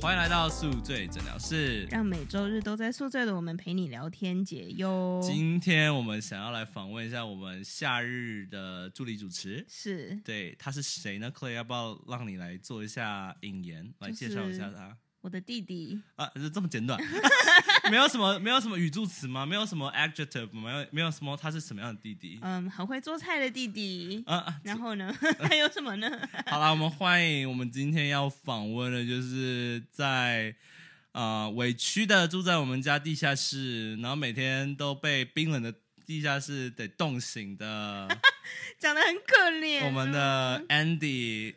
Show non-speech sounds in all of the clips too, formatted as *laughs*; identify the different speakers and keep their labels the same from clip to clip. Speaker 1: 欢迎来到宿醉诊疗室。
Speaker 2: 让每周日都在宿醉的我们陪你聊天解忧。
Speaker 1: 今天我们想要来访问一下我们夏日的助理主持，
Speaker 2: 是，
Speaker 1: 对，他是谁呢？Clay，要不要让你来做一下引言，来介绍一下他？
Speaker 2: 我的弟弟，
Speaker 1: 啊，就这么简短， *laughs* 没有什么，没有什么语助词吗？没有什么 adjective，没有，没有什么，他是什么样的弟弟？
Speaker 2: 嗯，很会做菜的弟弟。
Speaker 1: 啊啊，
Speaker 2: 然后
Speaker 1: *laughs*
Speaker 2: 呢，还有什么呢？
Speaker 1: 好啦，我们欢迎我们今天要访问的，就是在啊、呃委屈的住在我们家地下室，然后每天都被冰冷的地下室得冻醒的
Speaker 2: 讲的很可怜。
Speaker 1: 我们的 Andy，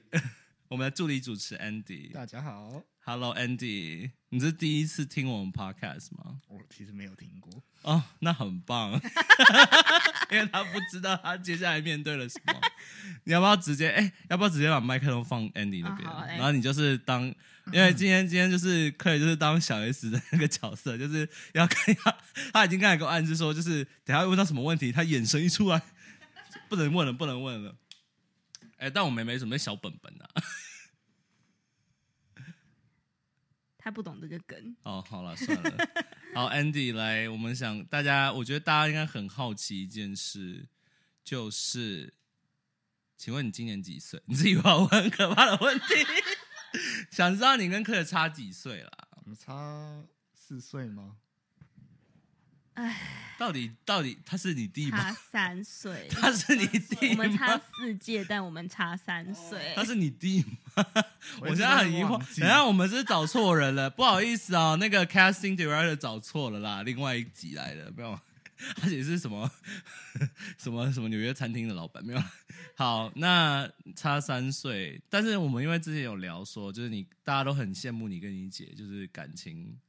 Speaker 1: 我 *laughs* 们的助理主持 Andy。
Speaker 3: 大家好，
Speaker 1: Hello Andy，你是第一次听我们 podcast 吗？
Speaker 3: 我其实没有听过，
Speaker 1: 哦，那很 *laughs* 棒，因为他不知道他接下来面对了什么。你要不要直接？哎、要不要直接把麦克风放 Andy 那边？
Speaker 2: 啊好哎
Speaker 1: 然后你就是当，因为今天今天就是可以就是当小 S 的那个角色，就是要看他，他已经刚才给我暗示说，就是等一下问到什么问题，他眼神一出来，不能问了，不能问了。哎、但我们也没准备小本本啊。
Speaker 2: 他不懂这个梗，
Speaker 1: 哦，好了，算了。好，Andy *laughs* 来，我们想大家，我觉得大家应该很好奇一件事，就是，请问你今年几岁？你自己把我问很可怕的问题， *laughs* 想知道你跟克差几岁啦？
Speaker 3: 我们差四岁吗？
Speaker 1: 到底到底他是你弟
Speaker 2: 差
Speaker 1: 吗？。
Speaker 2: 三岁
Speaker 1: 他是你弟
Speaker 2: 我们差
Speaker 1: 吗？哦
Speaker 2: 四届，但我们差三岁。
Speaker 1: 他是你弟吗？我现
Speaker 3: 一直
Speaker 1: 在
Speaker 3: 都
Speaker 1: 很疑惑
Speaker 3: 忘，记
Speaker 1: 等一下我们是找错人了，不好意思啊、那个 casting director 找错了啦，另外一集来的，没有，而且是什么什么什么纽约餐厅的老板，没有。好，那差三岁，但是我们因为之前有聊说，就是你大家都很羡慕你跟你姐，就是感情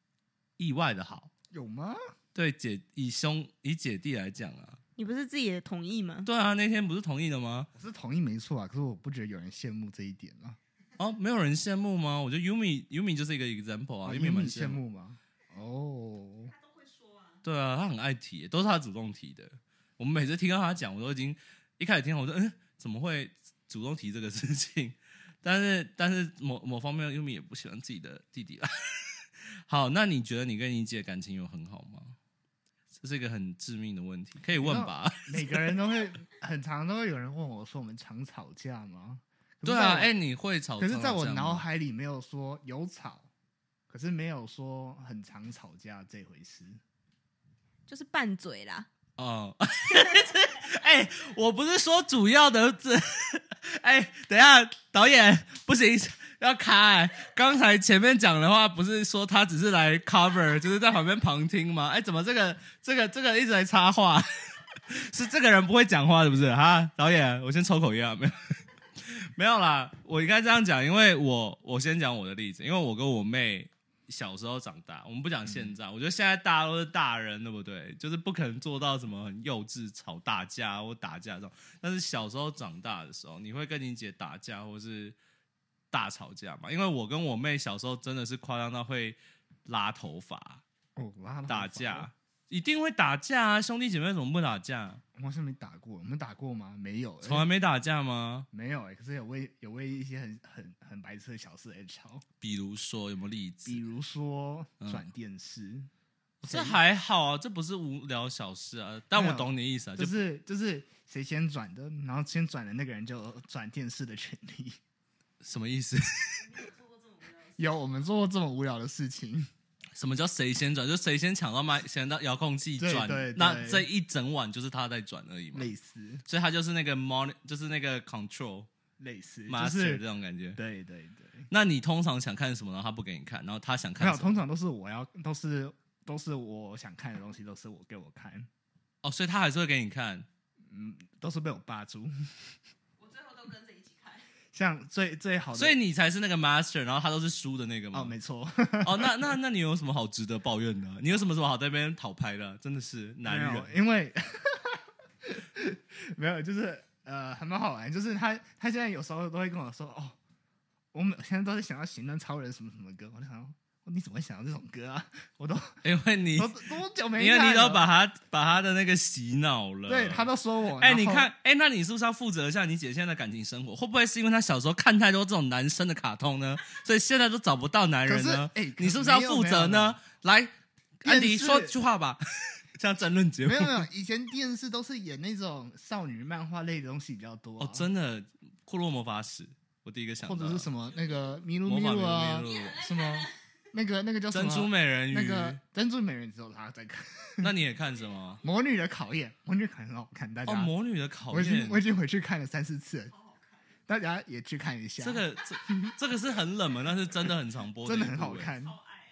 Speaker 1: 意外的好，
Speaker 3: 有吗？
Speaker 1: 对姐以兄以姐弟来讲啊，
Speaker 2: 你不是自己也同意吗？
Speaker 1: 对啊，那天不是同意的吗？
Speaker 3: 我是同意没错啊，可是我不觉得有人羡慕这一点啊。
Speaker 1: 哦，没有人羡慕吗？我觉得 Yumi Yumi 就是一个 example 啊
Speaker 3: 啊
Speaker 1: ，Yumi
Speaker 3: 你
Speaker 1: 蛮
Speaker 3: 们羡
Speaker 1: 慕
Speaker 3: 慕吗？哦，
Speaker 1: 对啊，他很爱提，都是他主动提的。我们每次听到他讲，我都已经一开始听，我说嗯，怎么会主动提这个事情？ *laughs* 但是但是某某方面，Yumi 也不喜欢自己的弟弟啦。 *laughs* 好，那你觉得你跟你姐感情有很好吗？这是一个很致命的问题，可以问吧？
Speaker 3: 每个人都会，很常都会有人问我说，我们常吵架 *laughs* 吗？可
Speaker 1: *laughs* 对
Speaker 3: 是
Speaker 1: 啊，
Speaker 3: 在
Speaker 1: 哎、你会吵
Speaker 3: 我，
Speaker 1: 架
Speaker 3: 可
Speaker 1: 吗？
Speaker 3: 是在我脑海里没有说有吵，可是没有说很常吵架这回事。
Speaker 2: 就是拌嘴啦。
Speaker 1: 哦， *laughs* 哎、我不是说主要的这， *laughs* 哎、等一下导演不行，要卡、哎刚才前面讲的话不是说他只是来 cover，就是在旁边旁听吗？哎、怎么这个这个这个一直来插话？ *laughs* 是这个人不会讲话是不是？哈，导演，我先抽口烟啊，没有。 *laughs* 没有啦，我应该这样讲，因为我我先讲我的例子，因为我跟我妹小时候长大，我们不
Speaker 3: 嗯
Speaker 1: 讲现在，我觉得现在大家都是大人，对不对？就是不可能做到什么很幼稚吵大架或打架这种，但是小时候长大的时候，你会跟你姐打架或是大吵架嘛？因为我跟我妹小时候真的是夸张到会拉头发
Speaker 3: 哦，拉了
Speaker 1: 打
Speaker 3: 好
Speaker 1: 架，一定会打架啊！兄弟姐妹怎么不打架？
Speaker 3: 烦哦，我好像没打过，我们打过吗？没有、欸，
Speaker 1: 从来没打架吗？
Speaker 3: 没有哎、可是有为有为一些很很很白痴的小事而吵，
Speaker 1: 比如说有没有例子
Speaker 3: 比？如说
Speaker 1: 嗯
Speaker 3: 转电视，
Speaker 1: 这还好啊，这不是无聊小事啊。但
Speaker 3: 没
Speaker 1: 我
Speaker 3: 有
Speaker 1: 懂你意思啊，就
Speaker 3: 就是就是谁先转的，然后先转的那个人就有转电视的权利。 *laughs*
Speaker 1: 什么意思？
Speaker 3: 有我们做过这么无聊的事情，
Speaker 1: 什么叫谁先转？就谁先抢到麦，先到遥控器
Speaker 3: 对
Speaker 1: 转
Speaker 3: 对，
Speaker 1: 那
Speaker 3: 对
Speaker 1: 这一整晚就是他在转而已嘛。
Speaker 3: 类似
Speaker 1: 所以他就是那个 mon，就是那个 control
Speaker 3: 类似，就
Speaker 1: master
Speaker 3: 是
Speaker 1: 这种感觉。
Speaker 3: 对对对，
Speaker 1: 那你通常想看什么，然后他不给你看，然后他想
Speaker 3: 没
Speaker 1: 看
Speaker 3: 有，
Speaker 1: 什么？
Speaker 3: 通常都是我要都是都是我想看的东西，都是我给我看，
Speaker 1: 哦，所以他还是会给你看。
Speaker 3: 嗯，都是被我霸住。 *laughs*
Speaker 2: 我最后都跟着一起看。
Speaker 3: 像最最好的，
Speaker 1: 所以你才是那个 master，然后他都是输的那个嘛。
Speaker 3: 哦，没错，
Speaker 1: 哦，那那那你有什么好值得抱怨的？你有什么什么好在那边讨拍的？真的是男
Speaker 3: 没
Speaker 1: 人
Speaker 3: 有，因为 *laughs* 没有，就是呃，还蛮好玩。就是他他现在有时候都会跟我说，哦，我每现在都在想要行政超人什么什么歌，我就想说，你怎么会想到这种歌啊？我都
Speaker 1: 因为你
Speaker 3: 我多久没
Speaker 1: 因为
Speaker 3: 看
Speaker 1: 你都
Speaker 3: 了
Speaker 1: 把他把他的那个洗脑了，
Speaker 3: 对他都说我，
Speaker 1: 哎、
Speaker 3: 哦然
Speaker 1: 你
Speaker 3: 后
Speaker 1: 看，哎、那你是不是要负责一下你姐现在的感情生活？会不会是因为她小时候看太多这种男生的卡通
Speaker 3: *laughs*
Speaker 1: 呢，所以现在都找不到男人呢？
Speaker 3: 可是哎可
Speaker 1: 你是不是要负责呢？来，安迪
Speaker 3: 电视
Speaker 1: 说句话吧， *laughs* 像争论 *laughs* 节目
Speaker 3: 没有没有，以前电视都是演那种少女漫画类的东西比较多、啊，
Speaker 1: 哦，真的《库洛魔法使》，我第一个想
Speaker 3: 或
Speaker 1: 到
Speaker 3: 者是什么那个麋鹿
Speaker 1: 魔法
Speaker 3: 麋鹿啊
Speaker 1: 麋，鹿麋鹿
Speaker 3: 什么那个那个叫什
Speaker 1: 珍
Speaker 3: 么
Speaker 1: 珠美人鱼，
Speaker 3: 那个珍珠美人只有他在看，《
Speaker 1: 那你也看
Speaker 3: *laughs*
Speaker 1: 什么？
Speaker 3: 魔女的考验》，《魔女的考验》很好看，大家，
Speaker 1: 哦，魔女的考
Speaker 3: 我已经
Speaker 1: 验
Speaker 3: 我，已经回去看了三四次了，大家也去看一下，
Speaker 1: 这个这这个是很冷门，但是真的很常播，
Speaker 3: *laughs* 真的很好。看，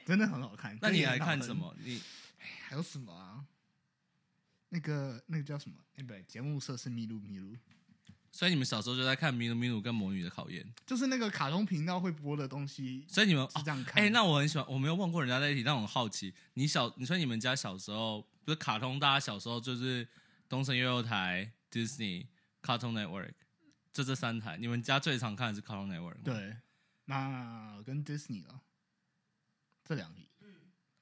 Speaker 3: 真的很好看。
Speaker 1: 那
Speaker 3: 可以
Speaker 1: 你
Speaker 3: 很
Speaker 1: 还
Speaker 3: 好
Speaker 1: 看
Speaker 3: 分
Speaker 1: 什？么？你
Speaker 3: 还有什么啊？那个那个叫什么？那不对，节目设是麋鹿麋鹿，
Speaker 1: 所以你们小时候就在看《米鲁米鲁》跟《魔女的考验》，
Speaker 3: 就是那个卡通频道会播的东西，
Speaker 1: 所以你们
Speaker 3: 是这样看。
Speaker 1: 哎、那我很喜欢，我没有问过人家这一题，但我很好奇，你小，你说你们家小时候不是卡通，大家小时候就是东森幼幼台、Disney、Cartoon Network，就这三台，你们家最常看的是 Cartoon Network 吗？，
Speaker 3: 对，那跟 Disney 了，这两个，
Speaker 2: 嗯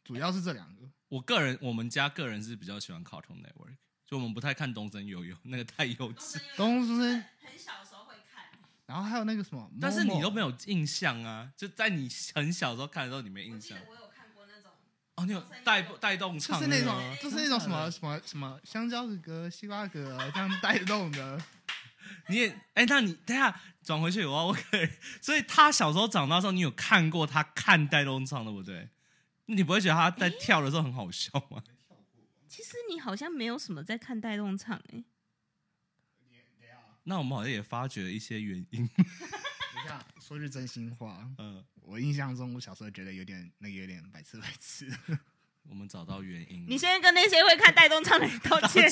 Speaker 3: 主要是这两个。
Speaker 1: 我个人，我们家个人是比较喜欢 Cartoon Network，就我们不太看东森幼幼， *laughs* 那个太幼稚。
Speaker 3: 东森，
Speaker 2: 很小时候会看，
Speaker 3: 然后还有那个什么，
Speaker 1: 但是你都没
Speaker 3: 有，
Speaker 1: 有印象啊，就在你很小的时候看的时候，你没
Speaker 2: 我
Speaker 1: 印
Speaker 2: 记
Speaker 1: 象
Speaker 2: 得我有看过那种，
Speaker 1: 哦。你有
Speaker 2: 东森幼
Speaker 1: 带
Speaker 2: 幼
Speaker 1: 带动
Speaker 3: 就
Speaker 1: 唱
Speaker 3: 是
Speaker 1: 的
Speaker 3: 那
Speaker 1: 吗
Speaker 3: 种，就是那种什么什么什么香蕉的歌、西瓜歌这样带动的。
Speaker 1: 你也哎、那你等一下转回去，我要我可以。 *laughs* 所以他小时候长大的时候，你有看过他看带动唱，对不对？你不会觉得他在跳的时候很好笑吗？ *laughs*
Speaker 2: 其实你好像没有什么在看带动唱哎、
Speaker 1: 那我们好像也发掘了一些原因。
Speaker 3: 等一下，说句真心话，
Speaker 1: 嗯，
Speaker 3: 我印象中我小时候觉得有点那个有点白痴白痴。
Speaker 1: 我们找到原因了。
Speaker 2: 你先跟那些会看带动唱的人道歉。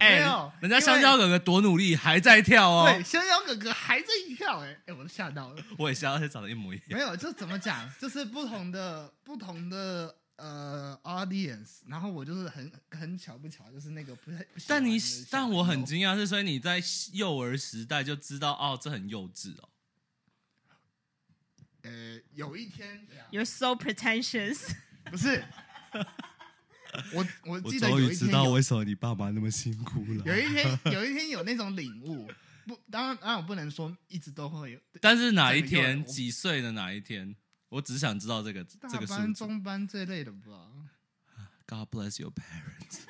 Speaker 1: 哎、
Speaker 3: 没有
Speaker 1: 人家香蕉哥哥多努力，还在跳哦
Speaker 3: 对，。香蕉哥哥还在跳、哎哎，我都
Speaker 1: *laughs*
Speaker 3: 吓到了。
Speaker 1: 我也想，而且长得一模一样。
Speaker 3: 没有，就怎么讲，就是不同的不同的呃 audience，然后我就是很很巧不巧，就是那个不太。不喜欢
Speaker 1: 但你
Speaker 3: 的小朋
Speaker 1: 但我很
Speaker 3: 友
Speaker 1: 惊讶，是所以你在幼儿时代就知道哦，这很幼稚哦。
Speaker 3: 呃，有一天对啊
Speaker 2: You're so pretentious。
Speaker 1: *laughs*
Speaker 3: 不是，我我
Speaker 1: 我
Speaker 3: 记得
Speaker 1: 终
Speaker 3: 有
Speaker 1: 于
Speaker 3: 一
Speaker 1: 知
Speaker 3: 天
Speaker 1: 道
Speaker 3: 有
Speaker 1: 为什么你爸妈那么辛苦了。
Speaker 3: 有一天 *laughs* 有一天有那种领悟，不，当然当然我不能说一直都会有，
Speaker 1: 但是哪一
Speaker 3: 在幼儿
Speaker 1: 天
Speaker 3: 我
Speaker 1: 几岁的哪一天，我只想知道这个
Speaker 3: 大
Speaker 1: 这个数
Speaker 3: 班、
Speaker 1: 字。
Speaker 3: 中班这类的吧。
Speaker 1: God bless your parents。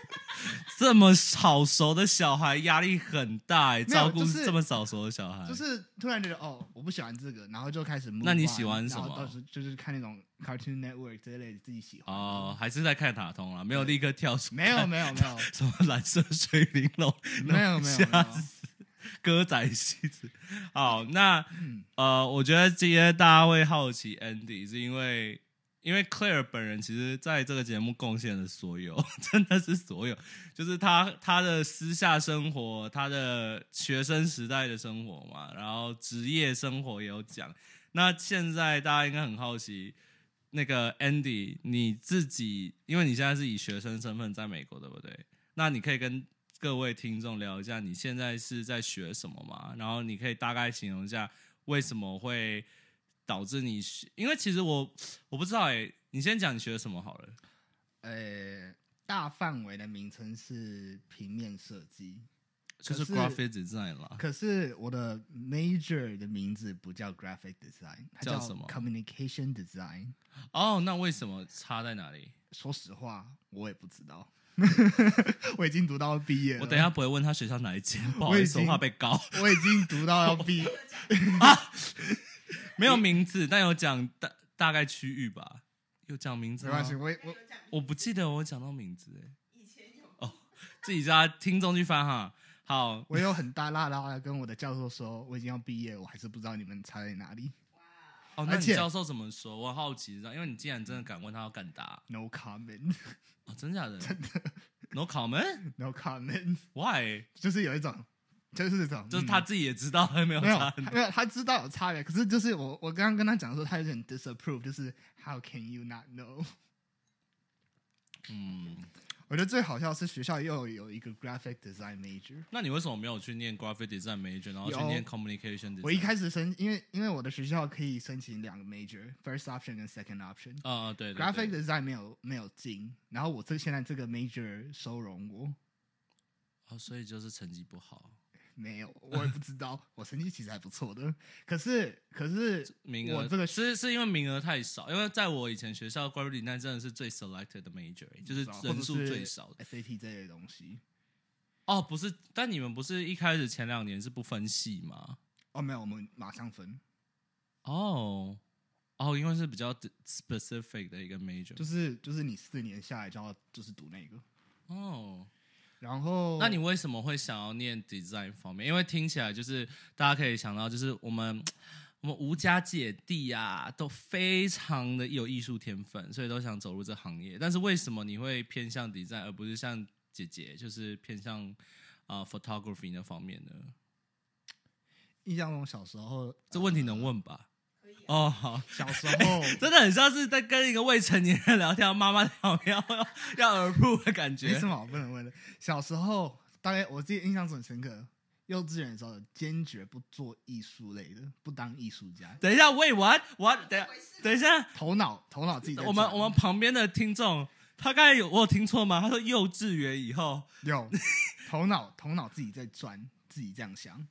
Speaker 1: 这么早熟的小孩压力很大、欸，
Speaker 3: 没有
Speaker 1: 照顾
Speaker 3: 就是
Speaker 1: 这么早熟的小孩，
Speaker 3: 就是突然觉得哦，我不喜欢这个，然后就开始
Speaker 1: 哎
Speaker 3: move on。
Speaker 1: 那你喜欢什么
Speaker 3: 然后到时就是看那种 Cartoon Network 这类自己喜欢的。
Speaker 1: 哦，还是在看卡通啊，没有立刻跳出
Speaker 3: 没有没有没
Speaker 1: *laughs*
Speaker 3: 有
Speaker 1: 什么蓝色水玲珑，
Speaker 3: 没有没有没
Speaker 1: 吓
Speaker 3: 有，
Speaker 1: 死 *laughs* 歌仔戏子。好，那
Speaker 3: 嗯，
Speaker 1: 呃，我觉得今天大家会好奇 Andy，是因为因为 Claire 本人其实在这个节目贡献了所有， *laughs* 真的是所有，就是他他的私下生活，他的学生时代的生活嘛，然后职业生活也有讲。那现在大家应该很好奇，那个 Andy 你自己，因为你现在是以学生身份在美国，对不对？那你可以跟各位听众聊一下，你现在是在学什么嘛？然后你可以大概形容一下为什么会导致你学，因为其实我我不知道哎、你先讲你学什么好了。
Speaker 3: 呃，大范围的名称是平面设计，
Speaker 1: 就
Speaker 3: 可
Speaker 1: 是
Speaker 3: 是
Speaker 1: graphic design 啦，
Speaker 3: 可是我的 major 的名字不叫 graphic design，它
Speaker 1: 叫什么
Speaker 3: communication design。
Speaker 1: 哦，那为什么差在哪里？
Speaker 3: 说实话，我也不知道， *laughs* 我已经读到毕业了。
Speaker 1: 我等一下不会问他学校哪一间，
Speaker 3: *laughs*
Speaker 1: 不好
Speaker 3: 呃我
Speaker 1: 意
Speaker 3: 已
Speaker 1: 思，我
Speaker 3: 经
Speaker 1: 怕被
Speaker 3: *laughs*
Speaker 1: 告。
Speaker 3: 我已经读到要
Speaker 1: *laughs*
Speaker 3: 毕业。
Speaker 1: 没有名字，但有讲大大概区域吧，有讲名字
Speaker 3: 没
Speaker 1: 吗
Speaker 3: 关系，我也我
Speaker 1: 我不记得我有讲到名字哎。哦，自己家听众去翻哈。好，
Speaker 3: 我有很大拉拉的跟我的教授说，我已经要毕业了，我还是不知道你们差在哪里。
Speaker 1: 哦，那
Speaker 3: 而
Speaker 1: 你
Speaker 3: 且
Speaker 1: 教授怎么说？我很好奇，因为你既然真的敢问，他要敢答。
Speaker 3: No *laughs* comment，No
Speaker 1: 哦，真假的？真的。No comment?
Speaker 3: comment， *laughs*
Speaker 1: Why？
Speaker 3: 就是有一种，就是这种，
Speaker 1: 就是
Speaker 3: 嗯
Speaker 1: 他自己也知道他没有
Speaker 3: 没有
Speaker 1: 差。
Speaker 3: 他没有，他知道有差别，可是就是我我刚刚跟他讲的时候，他有点 disapprove，就是 How can you not know？
Speaker 1: 嗯，
Speaker 3: 我觉得最好笑是学校又有一个 graphic design major。
Speaker 1: 那你为什么没有去念 graphic design major，然后去
Speaker 3: 有
Speaker 1: 念 communication design？
Speaker 3: 我一开始申，因为因为我的学校可以申请两个 major，first option 跟 second option。
Speaker 1: 啊、啊对对
Speaker 3: graphic
Speaker 1: 对
Speaker 3: design 没有没有进，然后我这现在这个 major 收容我
Speaker 1: 哦，所以就是成绩不好，
Speaker 3: 没有，我也不知道，我成绩其实还不错的，可是可是
Speaker 1: 名额
Speaker 3: 我这个
Speaker 1: 是是因为名额太少，因为在我以前学校 graphic design 真的是最 selected 的 major，就是欸
Speaker 3: 啊
Speaker 1: 人数最少的。
Speaker 3: SAT 这类东西。
Speaker 1: 哦，不是，但你们不是一开始前两年是不分系吗？
Speaker 3: 哦，没有，我们马上分，
Speaker 1: 哦哦，因为是比较 specific 的一个 major，
Speaker 3: 就是就是你四年下来就要就是读那个，
Speaker 1: 哦。
Speaker 3: 然后
Speaker 1: 那你为什么会想要念 design 方面？因为听起来就是大家可以想到，就是我们我们吴家姐弟啊，都非常的有艺术天分，所以都想走入这行业。但是为什么你会偏向 design，而不是像姐姐，就是偏向啊、呃 photography 那方面呢？
Speaker 3: 印象中小时候呃
Speaker 1: 这问题能问吧？哦，好，
Speaker 3: 小时候
Speaker 1: 真的很像是在跟一个未成年人聊天，妈妈在旁边要要要耳濡的感
Speaker 3: 没
Speaker 1: 觉
Speaker 3: 什。么好不能问的。小时候大概我自己印象很深刻，幼稚园的时候坚决不做艺术类的，不当艺术家，
Speaker 1: 等一下，wait what what？等一下等一下，
Speaker 3: 头脑头脑自己在
Speaker 1: 我们
Speaker 3: 转
Speaker 1: 我们旁边的听众，他刚才有我有听错吗？他说幼稚园以后，
Speaker 3: 有头脑头脑自己在转，自己这样想，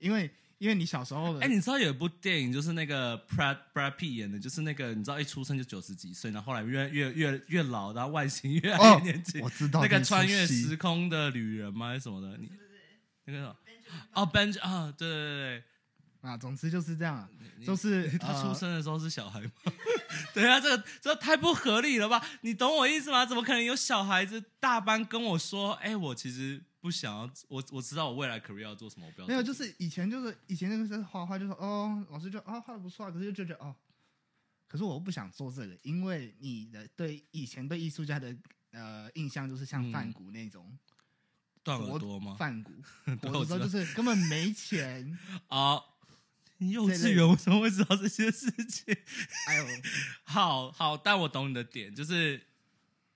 Speaker 3: 因为因为你小时候的
Speaker 1: 哎、你知道有一部电影就是那个 Brad Brad Pitt 演的，就是那个你知道一出生就九十几岁，然后后来越越越越老，然后外形越来
Speaker 3: 哦
Speaker 1: 越年轻，
Speaker 3: 我知道
Speaker 1: 那
Speaker 3: 这
Speaker 1: 个
Speaker 3: 出
Speaker 1: 穿越
Speaker 3: 戏
Speaker 1: 时空的旅人吗？还是什么的？你那个什么哦 b e n j 啊，对对
Speaker 3: 啊，总之就是这样啊，
Speaker 1: 你
Speaker 3: 就是
Speaker 1: 对，他
Speaker 3: 呃
Speaker 1: 出生的时候是小孩吗？ *laughs* 等一下，这个这太不合理了吧？你懂我意思吗？怎么可能有小孩子大班跟我说，哎、我其实不想要，我我知道我未来 career 要做什么，我不要做
Speaker 3: 没有，就是以前就是以前那个时候画画，就说哦，老师就啊画的不错啊，可是就觉得哦，可是我不想做这个，因为你的对以前对艺术家的呃印象就是像
Speaker 1: 嗯
Speaker 3: 范谷那种
Speaker 1: 断
Speaker 3: 活
Speaker 1: 耳朵吗？*laughs*
Speaker 3: 范谷
Speaker 1: 对
Speaker 3: 活
Speaker 1: 我
Speaker 3: 的时候
Speaker 1: 知道
Speaker 3: 就是根本
Speaker 1: *laughs*
Speaker 3: 没钱，
Speaker 1: 啊、你幼
Speaker 3: 这
Speaker 1: 稚
Speaker 3: 类
Speaker 1: 园为什么会知道这些事情？
Speaker 3: 哎呦，
Speaker 1: 好好，但我懂你的点，就是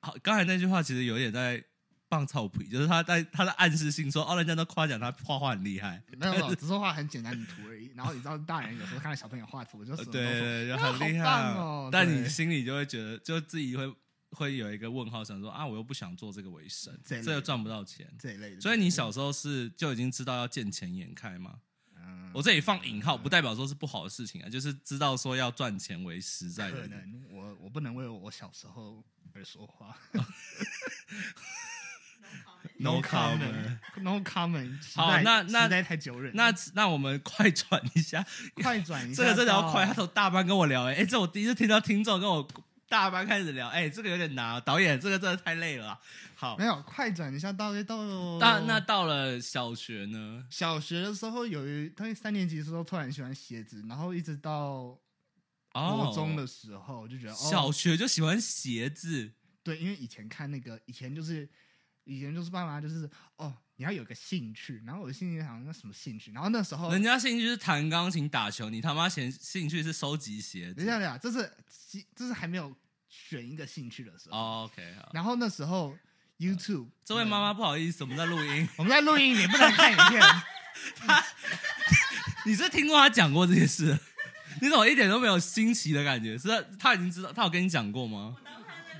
Speaker 1: 好，刚才那句话其实有点在棒臭皮，就是他在他在暗示性说，哦，人家都夸奖他画画很厉害，
Speaker 3: 没有没有，只是画很简单的图而已。然后你知道大人有时候看到小朋友画图，我就什
Speaker 1: 呃对
Speaker 3: 么
Speaker 1: 对
Speaker 3: 都说
Speaker 1: 对，就
Speaker 3: 啊
Speaker 1: 很厉害
Speaker 3: 好棒哦
Speaker 1: 但你
Speaker 3: 对
Speaker 1: 心里就会觉得，就自己会会有一个问号，想说啊，我又不想做这个为生，
Speaker 3: 这
Speaker 1: 这
Speaker 3: 类
Speaker 1: 又赚不到钱。
Speaker 3: 这一类的。
Speaker 1: 所以你小时候是就已经知道要见钱眼开吗？
Speaker 3: 嗯，
Speaker 1: 我这里放引号，不代表说是不好的事情啊，就是知道说要赚钱为实在
Speaker 3: 可
Speaker 1: 的。
Speaker 3: 能我我不能为我小时候而说话。
Speaker 1: No comment
Speaker 3: comment，No comment 时代。
Speaker 1: 好那那
Speaker 3: 时代太久远了，
Speaker 1: 那那我们快转一下，
Speaker 3: 快转一下
Speaker 1: 这
Speaker 3: 到，
Speaker 1: 个真的要快。他从大班跟我聊、欸，哎、这我第一次听到听众跟我大班开始聊，哎、这个有点难啊，导演这个真的太累了啊、好
Speaker 3: 没，有快转一下到到
Speaker 1: 那那到了小学呢？
Speaker 3: 小学的时候有一，他三年级的时候突然喜欢鞋子，然后一直到
Speaker 1: 哦，
Speaker 3: 国中的时候就觉得
Speaker 1: 小
Speaker 3: 哦，
Speaker 1: 学就喜欢鞋子，
Speaker 3: 对，因为以前看那个，以前就是以前就是爸妈就是哦，你要有个兴趣，然后我的兴趣好像那什么兴趣，然后那时候
Speaker 1: 人家兴趣是弹钢琴、打球，你他妈嫌兴趣是收集鞋
Speaker 3: 等一
Speaker 1: 子。
Speaker 3: 下，等一下，这是这是还没有选一个兴趣的时候。
Speaker 1: 哦 OK，好，
Speaker 3: 然后那时候 YouTube，
Speaker 1: 这位妈妈不好意思，我们在录音。
Speaker 3: 我们在录音，你不能看影片。
Speaker 1: *laughs* 你是听过他讲过这些事 *laughs* 的？你怎么一点都没有新奇的感觉？是他他已经知道，他有跟你讲过吗？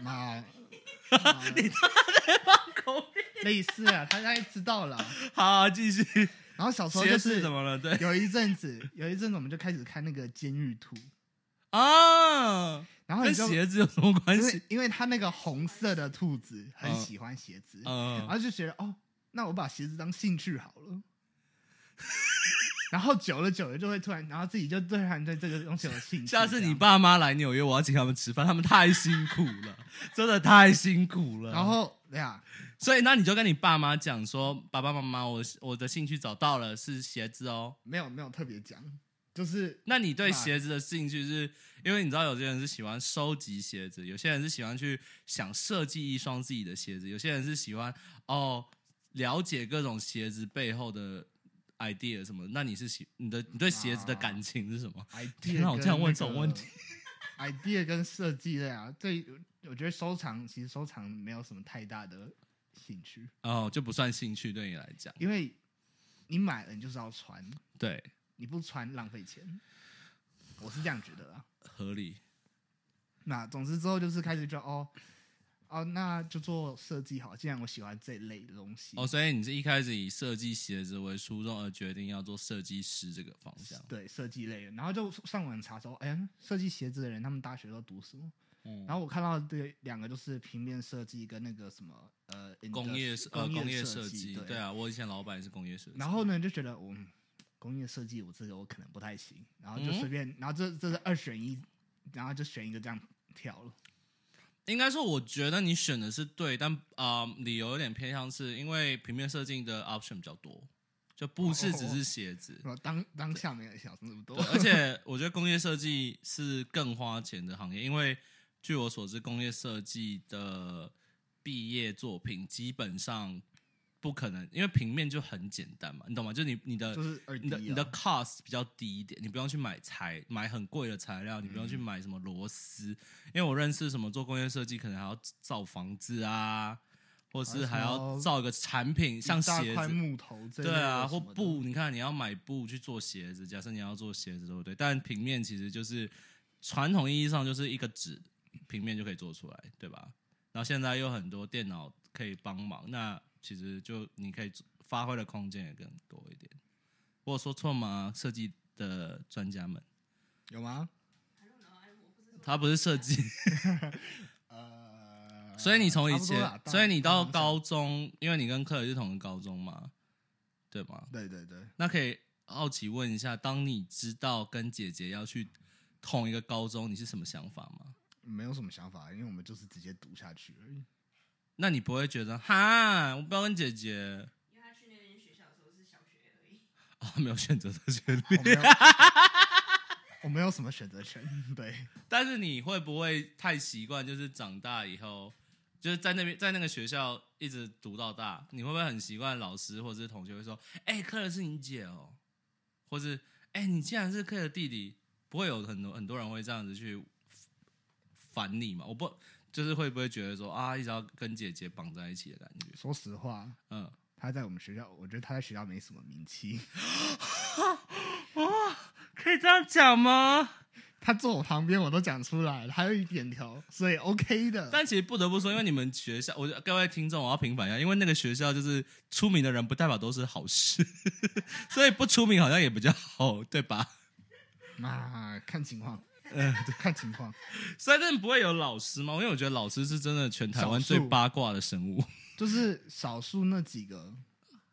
Speaker 3: 妈，哦
Speaker 1: *laughs* 你他妈在放狗屁！
Speaker 3: 类似啊，他大概知道了。
Speaker 1: 好，继续。
Speaker 3: 然后小时候
Speaker 1: 鞋
Speaker 3: 就
Speaker 1: 子
Speaker 3: 是
Speaker 1: 怎么了？对
Speaker 3: 有一阵子，有一阵子我们就开始看那个《监狱图》，
Speaker 1: 啊，
Speaker 3: 然后你
Speaker 1: 跟
Speaker 3: 就
Speaker 1: 鞋子有什么关
Speaker 3: 因
Speaker 1: 系
Speaker 3: 为？因为他那个红色的兔子很
Speaker 1: 嗯
Speaker 3: 喜欢鞋子，然
Speaker 1: 嗯，
Speaker 3: 后就觉得哦，那我把鞋子当兴趣好了。 *laughs* 然后久了久了就会突然，然后自己就突然对这个东西有兴趣。
Speaker 1: *laughs* 下次
Speaker 3: 这样
Speaker 1: 你爸妈来纽约，我要请他们吃饭，他们太辛苦了，真的太辛苦了。
Speaker 3: 然后对啊呀，
Speaker 1: 所以那你就跟你爸妈讲说，爸爸妈妈，我我的兴趣找到了是鞋子哦。
Speaker 3: 没有没有特别讲，就是
Speaker 1: 那你对
Speaker 3: 那
Speaker 1: 鞋子的兴趣是，因为你知道有些人是喜欢收集鞋子，有些人是喜欢去想设计一双自己的鞋子，有些人是喜欢哦了解各种鞋子背后的 idea 什么的。那你是喜你的你对鞋子的感情是什么？
Speaker 3: idea
Speaker 1: 天哪我
Speaker 3: 跟
Speaker 1: 竟然问
Speaker 3: 那
Speaker 1: 这种
Speaker 3: 个 *laughs*
Speaker 1: 问题
Speaker 3: idea 跟设计类啊，对，我觉得收藏其实收藏没有什么太大的兴趣，
Speaker 1: 哦，就不算兴趣对你来讲，
Speaker 3: 因为你买了你就是要穿，
Speaker 1: 对，
Speaker 3: 你不穿浪费钱，我是这样觉得啦。
Speaker 1: 合理。
Speaker 3: 那总之之后就是开始就哦哦，那就做设计好，既然我喜欢这一类的东西，
Speaker 1: 哦，所以你是一开始以设计鞋子为初衷，而决定要做设计师这个方向。
Speaker 3: 对设计类的，然后就上网查说，哎，设计鞋子的人他们大学都读什么？
Speaker 1: 嗯
Speaker 3: 然后我看到这两个就是平面设计跟那个什么呃
Speaker 1: 工业
Speaker 3: industry-
Speaker 1: 呃工业
Speaker 3: 设
Speaker 1: 设计，
Speaker 3: 对
Speaker 1: 对。啊，我以前老板也是工业设计。
Speaker 3: 然后呢，就觉得我、嗯工业设计我这个我可能不太行，然后就
Speaker 1: 嗯
Speaker 3: 随便，然后这这是二选一，然后就选一个这样跳了。
Speaker 1: 应该说，我觉得你选的是对，但啊、呃理由有点偏向是因为平面设计的 option 比较多，就不是
Speaker 3: 哦
Speaker 1: 只是鞋子。
Speaker 3: 然后当当下没有想那么多
Speaker 1: 对，， *laughs* 而且我觉得工业设计是更花钱的行业，因为据我所知，工业设计的毕业作品基本上不可能，因为平面就很简单嘛，你懂吗？就你你的
Speaker 3: 就是二
Speaker 1: 你
Speaker 3: D
Speaker 1: 的
Speaker 3: 啊
Speaker 1: 你的 cost 比较低一点，你不用去买材买很贵的材料，你不用
Speaker 3: 嗯
Speaker 1: 去买什么螺丝，因为我认识什么做工业设计，可能还要造房子啊，或是还要造一个产品，像
Speaker 3: 一大
Speaker 1: 鞋
Speaker 3: 块
Speaker 1: 子，
Speaker 3: 木头这一
Speaker 1: 对
Speaker 3: 类
Speaker 1: 啊，
Speaker 3: 的
Speaker 1: 或
Speaker 3: 什么的
Speaker 1: 布，你看你要买布去做鞋子，假设你要做鞋子，对不对？但平面其实就是传统意义上就是一个纸平面就可以做出来，对吧？然后现在有很多电脑可以帮忙，那其实就你可以发挥的空间也更多一点。我有说错吗？设计的专家们，
Speaker 3: 有吗？
Speaker 1: 他不是设计，
Speaker 3: 呃，
Speaker 1: 所以你从以
Speaker 3: 差不多
Speaker 1: 前
Speaker 3: 啦，
Speaker 1: 所以你到，
Speaker 3: 大
Speaker 1: 高中，因为你跟克尔是同个高中嘛，对吗？
Speaker 3: 大方向对对对，
Speaker 1: 那可以好奇问一下，当你知道跟姐姐要去同一个高中，你是什么想法吗？
Speaker 3: 没有什么想法，因为我们就是直接读下去
Speaker 1: *laughs*
Speaker 3: 而已。
Speaker 1: 那你不会觉得哈，我不要跟姐姐
Speaker 2: 因为他去那间学校的时候是小学而已。
Speaker 1: 啊、没有选择的权
Speaker 3: 我
Speaker 1: 利。
Speaker 3: 没有我没有什么选择权，对，
Speaker 1: 但是你会不会太习惯，就是长大以后，就是在那边在那个学校一直读到大，你会不会很习惯老师或者是同学会说，哎、克尔是你姐哦，或是哎、你竟然是克尔的弟弟，不会有很多很多人会这样子去烦你嘛？我不就是会不会觉得说啊，一直要跟姐姐绑在一起的感觉？
Speaker 3: 说实话，
Speaker 1: 嗯，
Speaker 3: 他在我们学校，我觉得他在学校没什么名气。
Speaker 1: 哦可以这样讲吗？
Speaker 3: 他坐我旁边，我都讲出来了，还有一点头，所以 OK
Speaker 1: *laughs*
Speaker 3: 的。
Speaker 1: 但其实不得不说，因为你们学校，我各位听众，我要平反一下，因为那个学校就是出名的人，不代表都是好事， *laughs* 所以不出名好像也比较好，对吧？
Speaker 3: 啊，看情况，看情况。
Speaker 1: 所以真的不会有老师吗？因为我觉得老师是真的全台湾
Speaker 3: 少
Speaker 1: 最
Speaker 3: 数
Speaker 1: 八卦的生物，
Speaker 3: 就是少数那几个，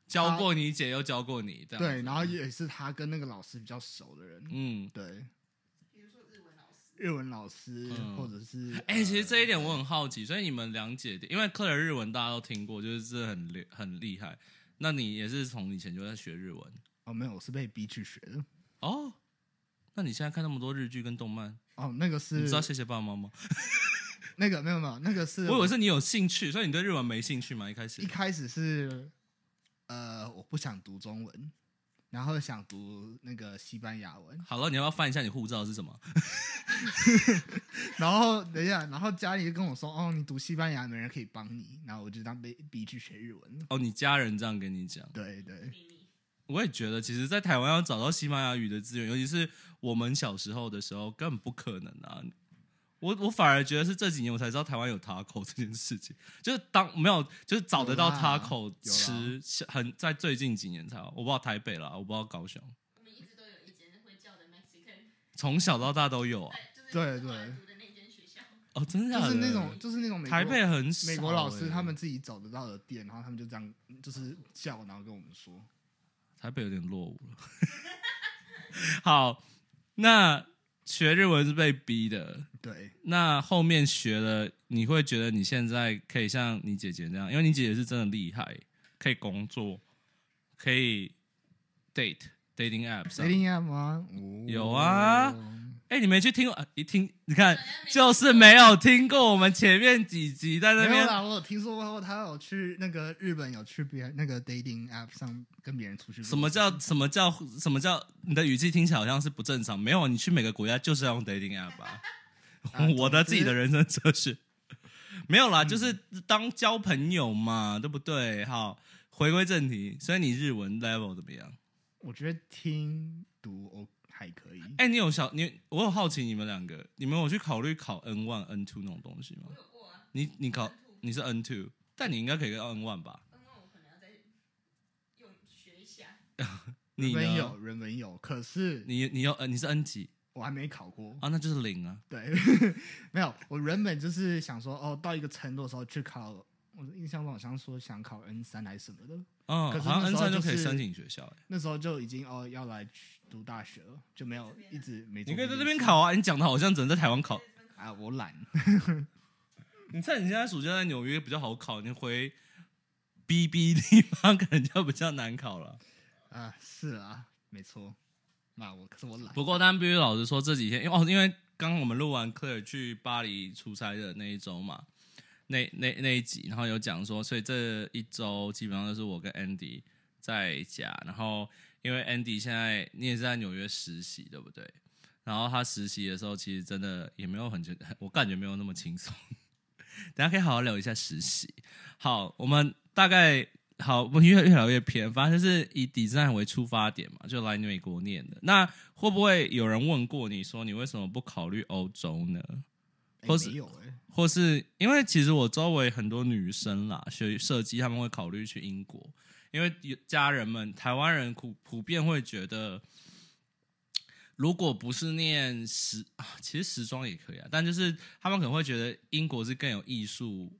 Speaker 1: 教过你姐又教过你，这样
Speaker 3: 对，然后也是他跟那个老师比较熟的人，
Speaker 1: 嗯。
Speaker 3: 对，
Speaker 2: 比如说日文老师，
Speaker 3: 日文老师、
Speaker 1: 嗯
Speaker 3: 或者是，
Speaker 1: 哎、其实这一点
Speaker 3: 呃
Speaker 1: 我很好奇，所以你们两姐弟，因为克的日文大家都听过，就是真的很厉很厉害。那你也是从以前就在学日文
Speaker 3: 哦没有，我是被逼去学的。
Speaker 1: 哦？那你现在看那么多日剧跟动漫，
Speaker 3: 哦，那个
Speaker 1: 你
Speaker 3: 是
Speaker 1: 知道谢谢爸妈吗？
Speaker 3: 那个没有没有，那个是
Speaker 1: 我以为是你有兴趣，所以你对日文没兴趣吗？一开始
Speaker 3: 一开始是呃我不想读中文，然后想读那个西班牙文， *laughs*
Speaker 1: 好了，你要不要翻一下你护照是什么？
Speaker 3: 然后等一下，然后家里就跟我说，哦，你读西班牙没人可以帮你，然后我就当被逼去学日文了。
Speaker 1: 哦，你家人这样跟你讲，
Speaker 3: 对对，
Speaker 2: 秘密。
Speaker 1: 我也觉得，其实，在台湾要找到西班牙语的资源，尤其是我们小时候的时候，根本不可能啊！我我反而觉得是这几年我才知道台湾有 taco 这件事情，就是当没有就是找得到
Speaker 3: 有啦
Speaker 1: taco
Speaker 3: 有
Speaker 1: 吃，很在最近几年才有，我不知道台北啦，我不知道高雄，
Speaker 2: 我们一直都有一间会叫的 Mexican，
Speaker 1: 从小到大都有啊！
Speaker 2: 在就是
Speaker 3: 对
Speaker 2: 后来
Speaker 3: 对
Speaker 2: 读的那间学校。
Speaker 1: 哦，真的
Speaker 3: 就
Speaker 1: 假的
Speaker 3: 是那种就是那种美国
Speaker 1: 台北很少
Speaker 3: 美国老师
Speaker 1: 欸
Speaker 3: 他们自己找得到的店，然后他们就这样就是叫，然后跟我们说，
Speaker 1: 台北有点落伍了。 *laughs* 好，那学日文是被逼的，
Speaker 3: 对，
Speaker 1: 那后面学了，你会觉得你现在可以像你姐姐那样，因为你姐姐是真的厉害，可以工作，可以 date dating app 上
Speaker 3: 谁。听啊吗？哦
Speaker 1: 有啊哎、你没去听过？啊一听，你看，就是没有听过我们前面几集在那
Speaker 3: 没有
Speaker 1: 边。
Speaker 3: 啦，我有听说过他有去那个日本，有去别人那个 dating app 上跟别人出去过。
Speaker 1: 什么叫什么叫什么叫？你的语气听起来好像是不正常。没有， *laughs* 你去每个国家就是要用 dating app 啊。
Speaker 3: 啊
Speaker 1: 我的自己的人生哲学。没有啦，就是
Speaker 3: 嗯
Speaker 1: 当交朋友嘛，对不对？好，回归正题，所以你日文 level 怎么样？
Speaker 3: 我觉得听读我还可以。
Speaker 1: 哎、你有小你，我有好奇你们两个，你们有去考虑考 N one、N two 那种东西吗？你你考你是啊 N two，但你应该可以跟 N one 吧？
Speaker 2: 嗯
Speaker 1: 你
Speaker 3: 人
Speaker 1: 呢
Speaker 3: 文有，人文有，可是
Speaker 1: 你你有呃你是 N 几
Speaker 3: 我还没考过。
Speaker 1: 啊？那就是零啊。
Speaker 3: 对， *laughs* 没有，我原本就是想说，哦，到一个程度的时候去考。我印象中好像说想考 N 三还是什么的，
Speaker 1: 嗯，
Speaker 3: 可是
Speaker 1: 好像
Speaker 3: 那
Speaker 1: N
Speaker 3: 时候
Speaker 1: 三就可以
Speaker 3: 就是
Speaker 1: 申请学校、欸。
Speaker 3: 那时候就已经哦要来读大学了，就没有一直没做
Speaker 1: 你可以在
Speaker 3: 件
Speaker 1: 这边
Speaker 3: 事
Speaker 1: 考啊！你讲的好像只能在台湾考。
Speaker 3: 啊，我懒，
Speaker 1: 你趁你现在暑假在纽约比较好考，你回 B B 地方可能就比较难考了。
Speaker 3: 啊，是啊，没错，骂我，可是我懒。
Speaker 1: 不过，但必须老实说，这几天因为哦，因为刚刚我们录完 Claire 去巴黎出差的那一周嘛，那那那一集，然后有讲说，所以这一周基本上都是我跟 Andy 在家，然后因为 Andy 现在你也是在纽约实习，对不对？然后他实习的时候，其实真的也没有很轻，我感觉没有那么轻松。 *laughs* 大家可以好好聊一下实习。好，我们大概好，我们越越聊越偏，反正就是以 design 为出发点嘛，就来美国念的。那会不会有人问过你说你为什么不考虑欧洲呢？
Speaker 3: 哎
Speaker 1: 或是
Speaker 3: 没有哎、
Speaker 1: 或是因为其实我周围很多女生啦，学设计，她们会考虑去英国，因为有家人们台湾人普普遍会觉得，如果不是念时啊，其实时装也可以啊，但就是他们可能会觉得英国是更有艺术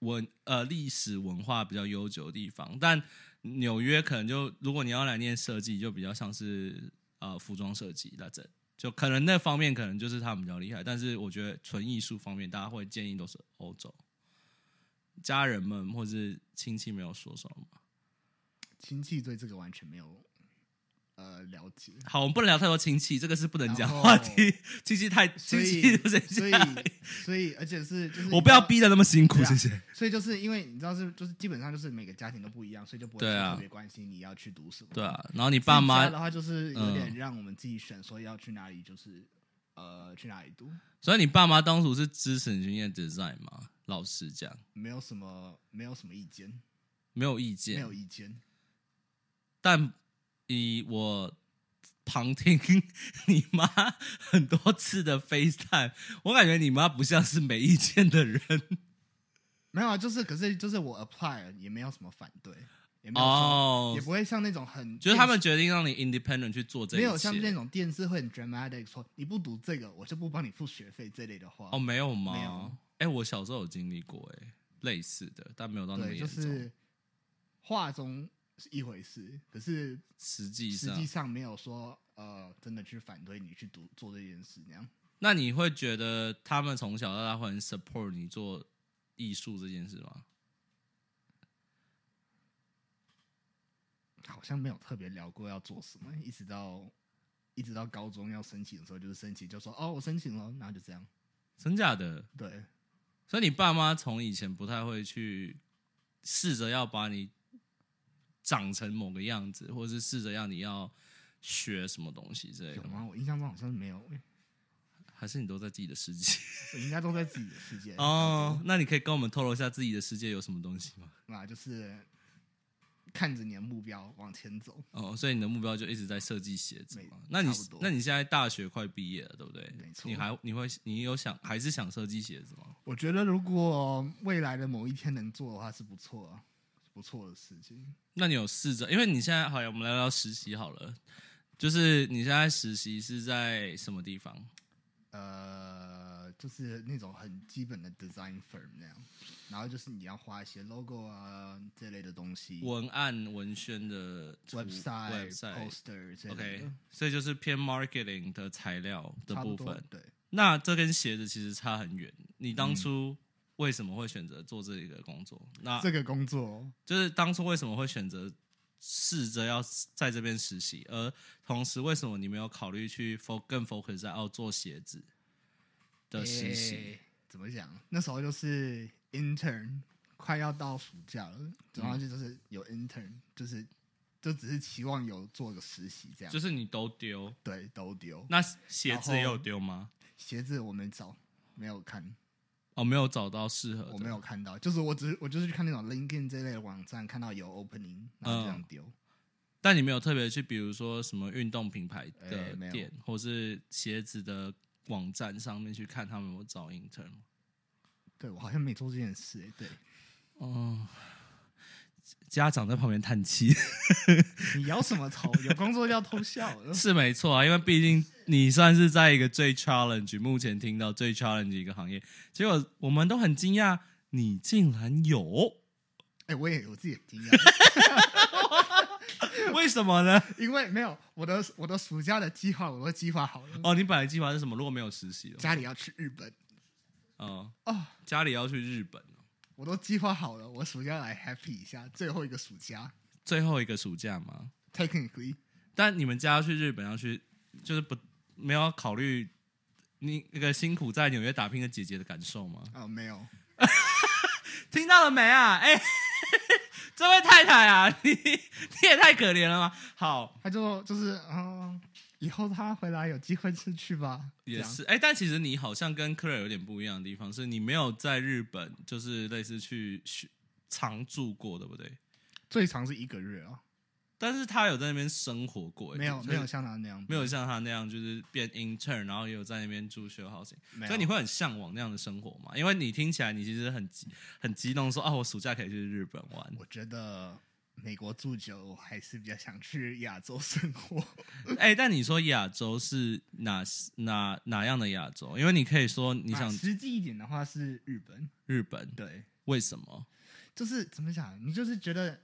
Speaker 1: 文呃历史文化比较悠久的地方，但纽约可能就如果你要来念设计，就比较像是呃服装设计那这就可能那方面可能就是他们比较厉害，但是我觉得纯艺术方面，大家会建议都是欧洲。家人们或是亲戚没有说什么吗？
Speaker 3: 亲戚对这个完全没有呃了解，
Speaker 1: 好，我们不能聊太多亲戚，这个是不能讲
Speaker 3: 然后
Speaker 1: 话题。 *laughs* 亲戚太
Speaker 3: 所
Speaker 1: 亲戚
Speaker 3: 以
Speaker 1: 就是
Speaker 3: 所
Speaker 1: 这
Speaker 3: 以
Speaker 1: 样，
Speaker 3: 所以而且是就是
Speaker 1: 我不要
Speaker 3: 你知道，
Speaker 1: 逼得那么辛苦，
Speaker 3: 对啊
Speaker 1: 谢谢。
Speaker 3: 所以就是因为你知道是就是基本上就是每个家庭都不一样，所以就不会
Speaker 1: 对啊
Speaker 3: 特别关心你要去读什么。
Speaker 1: 对
Speaker 3: 自己
Speaker 1: 啊，然后你爸
Speaker 3: 家
Speaker 1: 妈
Speaker 3: 的话就是有
Speaker 1: 嗯
Speaker 3: 点让我们自己选，说要去哪里就是呃去哪里读，
Speaker 1: 所以你爸妈当初是支持你去念 design 吗？老实讲，
Speaker 3: 没有什么没有什么意见，
Speaker 1: 没有意
Speaker 3: 没
Speaker 1: 见
Speaker 3: 有，意见。
Speaker 1: 但以我旁听 *laughs* 你妈很多次的 FaceTime，我感觉你妈不像是没意见的人。
Speaker 3: 没有啊，就是可是就是我 apply 了也没有什么反对，也没有说、
Speaker 1: 哦
Speaker 3: 也，不会像那种很
Speaker 1: 就是他们决定让你 independent 去做这一
Speaker 3: 没
Speaker 1: 切。
Speaker 3: 有像那种电视会很 dramatic 说你不读这个我就不帮你付学费这类的话。
Speaker 1: 哦，没有
Speaker 3: 没
Speaker 1: 吗
Speaker 3: 有？
Speaker 1: 哎、我小时候有经历过哎、类似的，但没有到那么
Speaker 3: 对，
Speaker 1: 严
Speaker 3: 就
Speaker 1: 重。
Speaker 3: 是话中是一回事，可是
Speaker 1: 实际
Speaker 3: 实
Speaker 1: 上
Speaker 3: 际，上没有说呃真的去反对你去读做这件事那样。
Speaker 1: 那你会觉得他们从小到大会很 support 你做艺术这件事吗？
Speaker 3: 好像没有特别聊过要做什么，一直到一直到高中要申请的时候，就是申请就说哦我申请了，然后就这样。
Speaker 1: 真假的？
Speaker 3: 对，
Speaker 1: 所以你爸妈从以前不太会去试着要把你长成某个样子，或是试着让你要学什么东西之类
Speaker 3: 有
Speaker 1: 的
Speaker 3: 吗？？我印象中好像没有、欸
Speaker 1: 还是你都在自己的世界？
Speaker 3: 我应该都在自己的世界。
Speaker 1: *laughs* 哦，那你可以跟我们透露一下自己的世界有什么东西吗？
Speaker 3: 那就是看着你的目标往前走。
Speaker 1: *laughs* 哦，所以你的目标就一直在设计鞋子嘛
Speaker 3: 没？
Speaker 1: 那你
Speaker 3: 差不多
Speaker 1: 那你现在大学快毕业了，对不对？
Speaker 3: 没错
Speaker 1: 你还你会你有想还是想设计鞋子吗？
Speaker 3: 我觉得如果未来的某一天能做的话，是不错啊，不错的事情。
Speaker 1: 那你有试着？因为你现在好像我们聊聊实习好了，就是你现在实习是在什么地方？
Speaker 3: 呃，就是那种很基本的 design firm 那样，然后就是你要画一些 logo 啊这类的东西
Speaker 1: 文案文宣的图
Speaker 3: ，website、
Speaker 1: website。
Speaker 3: poster 这类
Speaker 1: OK，
Speaker 3: 的，
Speaker 1: 所以就是偏 marketing 的材料的
Speaker 3: 差
Speaker 1: 部
Speaker 3: 不多
Speaker 1: 分。
Speaker 3: 对。
Speaker 1: 那这跟鞋子其实差很远。你当初为什么会选择做这一个工作？那
Speaker 3: 嗯这个工作
Speaker 1: 就是当初为什么会选择试着要在这边实习，而同时为什么你没有考虑去 fo 更 focus 在哦做鞋子的实习？
Speaker 3: 诶怎么讲？那时候就是 intern，快要到暑假了，然后就就是有 intern，就是就只是期望有做个实习这样，
Speaker 1: 就是你都丢，
Speaker 3: 对，都丢
Speaker 1: 那鞋子
Speaker 3: 然后
Speaker 1: 也有丢吗？
Speaker 3: 鞋子我没找，没有看，
Speaker 1: 哦，没有找到适合的，
Speaker 3: 我没有看到，就是我只是我就是去看那种 LinkedIn 这类的网站，看到有 opening，然后
Speaker 1: 嗯
Speaker 3: 这样丢。
Speaker 1: 但你没有特别去，比如说什么运动品牌
Speaker 3: 哎
Speaker 1: 的
Speaker 3: 没有
Speaker 1: 店，或是鞋子的网站上面去看他们有没有找 intern 吗？
Speaker 3: 对我好像没做这件事、欸，对
Speaker 1: 哦，家长在旁边叹
Speaker 3: *laughs*
Speaker 1: 气
Speaker 3: 你摇什么头？有工作就要偷笑。
Speaker 1: 是没错啊，因为毕竟你算是在一个最 challenge，目前听到最 challenge 的一个行业，结果我们都很惊讶，你竟然
Speaker 3: *laughs*
Speaker 1: 有，
Speaker 3: *laughs* 哎、我也我自己也惊讶，
Speaker 1: 为什么呢？
Speaker 3: *laughs* 因为没有我的我的暑假的计划我都计划好了，
Speaker 1: 哦，你本来计划是什么？如果没有实习的话，
Speaker 3: 家里要去日本
Speaker 1: 哦，
Speaker 3: 哦，
Speaker 1: 家里要去日本哦，
Speaker 3: 我都计划好了，我暑假来 happy 一下，最后一个暑假
Speaker 1: 最后一个暑假吗？
Speaker 3: technically
Speaker 1: 但你们家要去日本要去，就是不没有考虑你那个辛苦在纽约打拼的姐姐的感受吗？
Speaker 3: 啊、没有，
Speaker 1: 听到了没啊？哎、 *laughs* 这位太太啊， *laughs* 你你也太可怜了吧？好，
Speaker 3: 他就就是嗯，以后他回来有机会是去吧，
Speaker 1: 也
Speaker 3: 这样
Speaker 1: 是哎、但其实你好像跟克 l 有点不一样的地方是，你没有在日本就是类似去去常住过，对不对？
Speaker 3: 最长是一个月哦，
Speaker 1: 但是他有在那边生活过，哎
Speaker 3: 没有
Speaker 1: 就是
Speaker 3: 没有像他那样，
Speaker 1: 没有像他那样就是变 intern，然后也有在那边住 s h housing。
Speaker 3: 没有，
Speaker 1: 所以你会很向往那样的生活吗？因为你听起来你其实很激很激动说，啊，我暑假可以去日本玩。
Speaker 3: 我觉得美国住久，我还是比较想去亚洲生活。
Speaker 1: 哎、但你说亚洲是哪哪哪样的亚洲？因为你可以说你
Speaker 3: 啊
Speaker 1: 想
Speaker 3: 实际一点的话是日本，
Speaker 1: 日本，
Speaker 3: 对，
Speaker 1: 为什么？
Speaker 3: 就是怎么讲，你就是觉得。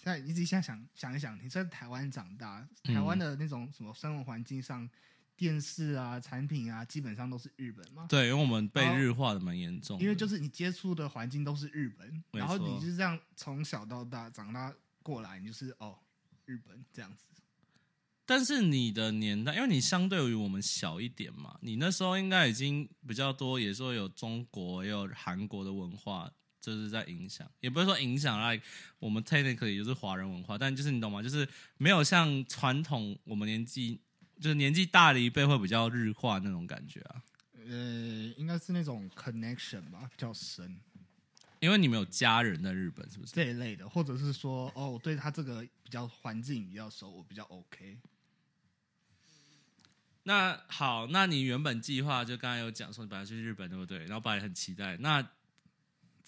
Speaker 3: 现在你自己现在想想一想，你在台湾长大，
Speaker 1: 嗯
Speaker 3: 台湾的那种什么生活环境上，电视啊、产品啊，基本上都是日本嘛。
Speaker 1: 对，因为我们被日化的蛮严重的，
Speaker 3: 因为就是你接触的环境都是日本，
Speaker 1: 没错
Speaker 3: 然后你就是这样从小到大长大过来，你就是哦，日本这样子。
Speaker 1: 但是你的年代，因为你相对于我们小一点嘛，你那时候应该已经比较多，也说有中国也有韩国的文化，就是在影响，也不是说影响，like 我们 technically 就是华人文化，但就是你懂吗？就是没有像传统我们年纪就是年纪大了一辈会比较日化那种感觉啊，
Speaker 3: 呃，应该是那种 connection 吧，比较深
Speaker 1: 因为你们有家人在日本，是不是？
Speaker 3: 这一类的，或者是说哦，我对他这个比较环境比较熟，我比较 OK。
Speaker 1: 那好，那你原本计划就刚才有讲说你本来去日本对不对？然后本来很期待，那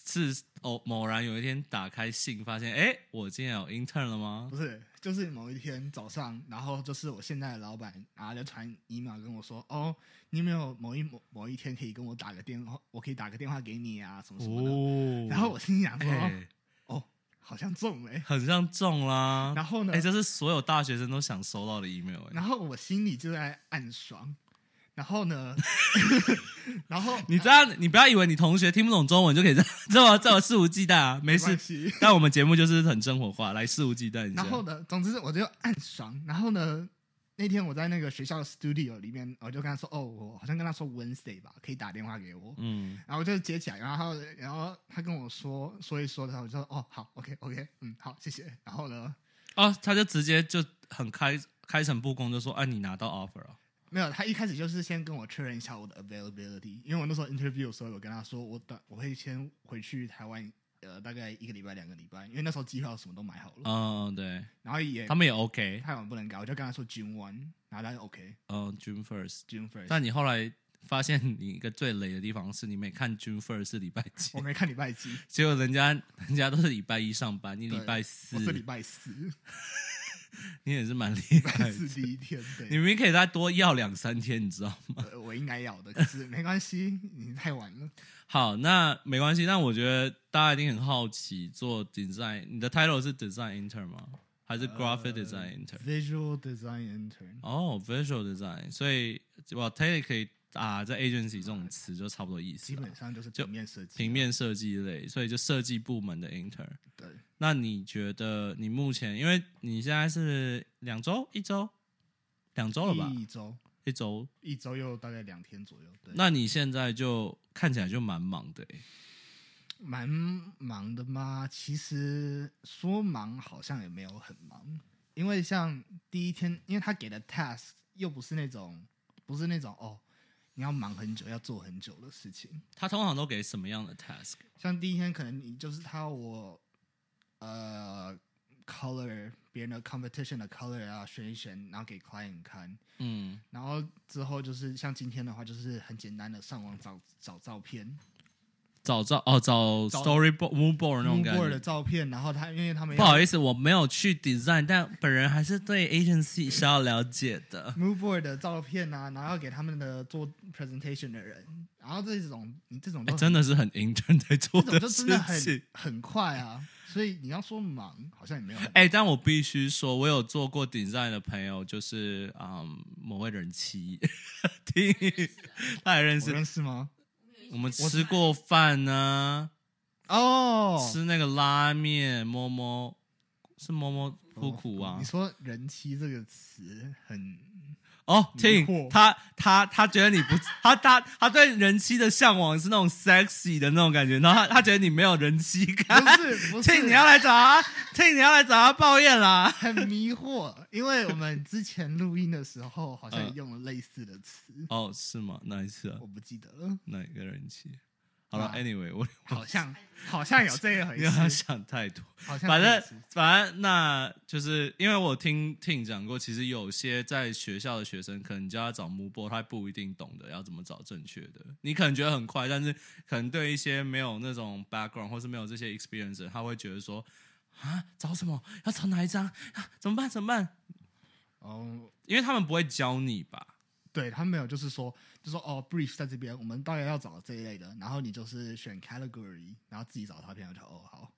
Speaker 1: 是偶某然有一天打开信发现，哎，我今天有 intern 了吗
Speaker 3: 不？是，就是某一天早上，然后就是我现在的老板啊，就传 email 跟我说，哦，你有没有某一某某一天可以跟我打个电话，我可以打个电话给你啊，什么什么的。
Speaker 1: 哦
Speaker 3: 然后我心想说，
Speaker 1: 哎，
Speaker 3: 哦，好像中了欸、
Speaker 1: 很像中啦。
Speaker 3: 然后呢？
Speaker 1: 哎，这是所有大学生都想收到的 email 哎。
Speaker 3: 然后我心里就在暗爽，然后
Speaker 1: *laughs*
Speaker 3: 呢，然后
Speaker 1: 你这样，你不要以为你同学听不懂中文就可以这样 *laughs* 这么这么肆无忌惮啊，没
Speaker 3: 没
Speaker 1: 事
Speaker 3: 关。系，
Speaker 1: 但我们节目就是很生活化，来肆无忌惮一下
Speaker 3: 然。后呢，总之我就暗爽，然后呢，那天我在那个学校的 studio 里面，我就跟他说，哦，我好像跟他说 Wednesday 吧，可以打电话给我，
Speaker 1: 嗯，
Speaker 3: 然后我就接起来，然后然后他跟我说说一说的时候，我就说，哦，好，OK OK，嗯，好，谢谢，然后呢，
Speaker 1: 哦，他就直接就很开开诚布公就说，哎，你拿到 offer 了。
Speaker 3: 没有，他一开始就是先跟我确认一下我的 availability，因为我那时候 interview 的时候有跟他说我打我会先回去台湾，呃，大概一个礼拜两个礼拜，因为那时候机票什么都买好了，哎
Speaker 1: 嗯，对，
Speaker 3: 然后也
Speaker 1: 他们也 OK，
Speaker 3: 太晚不能改，我就跟他说 June one，然后他就 OK
Speaker 1: 嗯，June first。
Speaker 3: June first，
Speaker 1: 但你后来发现你一个最雷的地方是你每看 June first 是礼拜几
Speaker 3: 我，没看礼拜几，
Speaker 1: 结果人家人家都是礼拜一上班，你
Speaker 3: 对
Speaker 1: 礼拜
Speaker 3: 我
Speaker 1: 四，
Speaker 3: 是礼拜
Speaker 1: *laughs*
Speaker 3: 四，礼
Speaker 1: 你也是蛮厉害
Speaker 3: 拜
Speaker 1: 的。
Speaker 3: 四第一天，
Speaker 1: 你
Speaker 3: 对，
Speaker 1: 明明可以再多要两三天，你知道吗？
Speaker 3: 呃我应该要的，可是没关系，你太晚了，
Speaker 1: 好，那没关系。但我觉得大家一定很好奇，做 design，你的 title 是 design intern 吗？还是 *laughs* graphic
Speaker 3: 呃
Speaker 1: design intern？
Speaker 3: visual design intern，
Speaker 1: 哦、v i s u a l design，所以哇，technically 啊，在 agency 这种词就差不多意思
Speaker 3: 基
Speaker 1: 啦。
Speaker 3: 本上就是
Speaker 1: 就
Speaker 3: 平面设计啊，
Speaker 1: 平面设计类，所以就设计部门的 intern。
Speaker 3: 对，
Speaker 1: 那你觉得你目前，因为你现在是两周、一周、两哦周了吧？
Speaker 3: 一周
Speaker 1: 一周。
Speaker 3: 一周又大概两天左右，对。
Speaker 1: 那你现在就看起来就蛮忙的、欸，
Speaker 3: 蛮忙的吗？其实说忙好像也没有很忙，因为像第一天，因为他给的 task 又不是那种，不是那种哦，你要忙很久、要做很久的事情。
Speaker 1: 他通常都给什么样的 task？
Speaker 3: 像第一天可能你就是他我呃 color 别人的 competition 的 color 啊选一选，然后给 client 看，
Speaker 1: 嗯，
Speaker 3: 然后之后就是像今天的话，就是很简单的上网找找照片
Speaker 1: 找照哦，找
Speaker 3: 找
Speaker 1: storyboard、moodboard 那种感
Speaker 3: Moodboard
Speaker 1: 觉。
Speaker 3: 的照片，然后他因为他们
Speaker 1: 不好
Speaker 3: 思
Speaker 1: 意思，我没有去 design，但本人还是对 agency 是要了解
Speaker 3: 嗯
Speaker 1: 的。
Speaker 3: Moodboard 的照片啊，然后要给他们的做 presentation 的人，然后这种你这种
Speaker 1: 哎、
Speaker 3: 都
Speaker 1: 真的是很 intern 在做
Speaker 3: 这种
Speaker 1: 的
Speaker 3: 就
Speaker 1: 事
Speaker 3: 真的
Speaker 1: 情
Speaker 3: 很。很快啊，所以你要说忙好像也没有很，
Speaker 1: 哎、但我必须说，我有做过 design 的朋友，就是嗯，某位人妻， *laughs* 听，他也认
Speaker 3: 我
Speaker 1: 识，
Speaker 3: 认识吗？
Speaker 1: 我们吃过饭呢、
Speaker 3: 哦，
Speaker 1: 吃那个拉面，摸摸是摸摸不
Speaker 3: 不
Speaker 1: 苦啊
Speaker 3: 哦你。说“人妻”这个词很
Speaker 1: *laughs* 哦，
Speaker 3: 迷惑
Speaker 1: 听他他他觉得你不，他他他对人妻的向往是那种 sexy 的那种感觉，然后他他觉得你没有人妻感。
Speaker 3: 不是不是，
Speaker 1: 听你要来找他，听你要来找他抱怨啦。 *laughs*
Speaker 3: 很迷惑，因为我们之前录音的时候好像也用了类似的词，
Speaker 1: 哦，是吗？哪一次啊
Speaker 3: 我？不记得了，
Speaker 1: 哪一个人妻？好了
Speaker 3: 哦啊
Speaker 1: ，anyway，我
Speaker 3: 好像好像有这一回
Speaker 1: 不 *laughs* 要
Speaker 3: 事，
Speaker 1: 想太多。
Speaker 3: 好像
Speaker 1: 反
Speaker 3: 有
Speaker 1: 正
Speaker 3: 这一回事
Speaker 1: 反正，那就是因为我听听讲过，其实有些在学校的学生，可能叫他找木波，他不一定懂得要怎么找正确的。你可能觉得很快，但是可能对一些没有那种 background 或是没有这些 experience，的人他会觉得说啊，找什么？要找哪一张？啊，怎么办？怎么办？
Speaker 3: 哦，
Speaker 1: 因为他们不会教你吧？
Speaker 3: 对他没有，就是说就说哦，brief 在这边，我们大概要找这一类的，然后你就是选 category，然后自己找照片，我就哦好，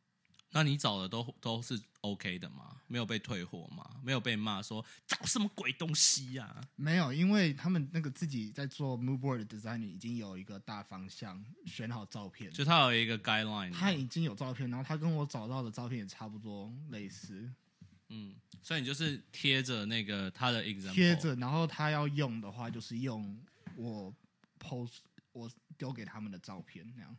Speaker 1: 那你找的都都是 OK 的吗？没有被退货吗？没有被骂说找什么鬼东西啊呀、
Speaker 3: 没有，因为他们那个自己在做 mood board 的 design 已经有一个大方向，选好照片，
Speaker 1: 就他有一个 guideline，啊
Speaker 3: 他已经有照片，然后他跟我找到的照片也差不多类似，
Speaker 1: 嗯，所以你就是贴着那个他的 example，
Speaker 3: 贴着，然后他要用的话就是用我 post 我丢给他们的照片那样。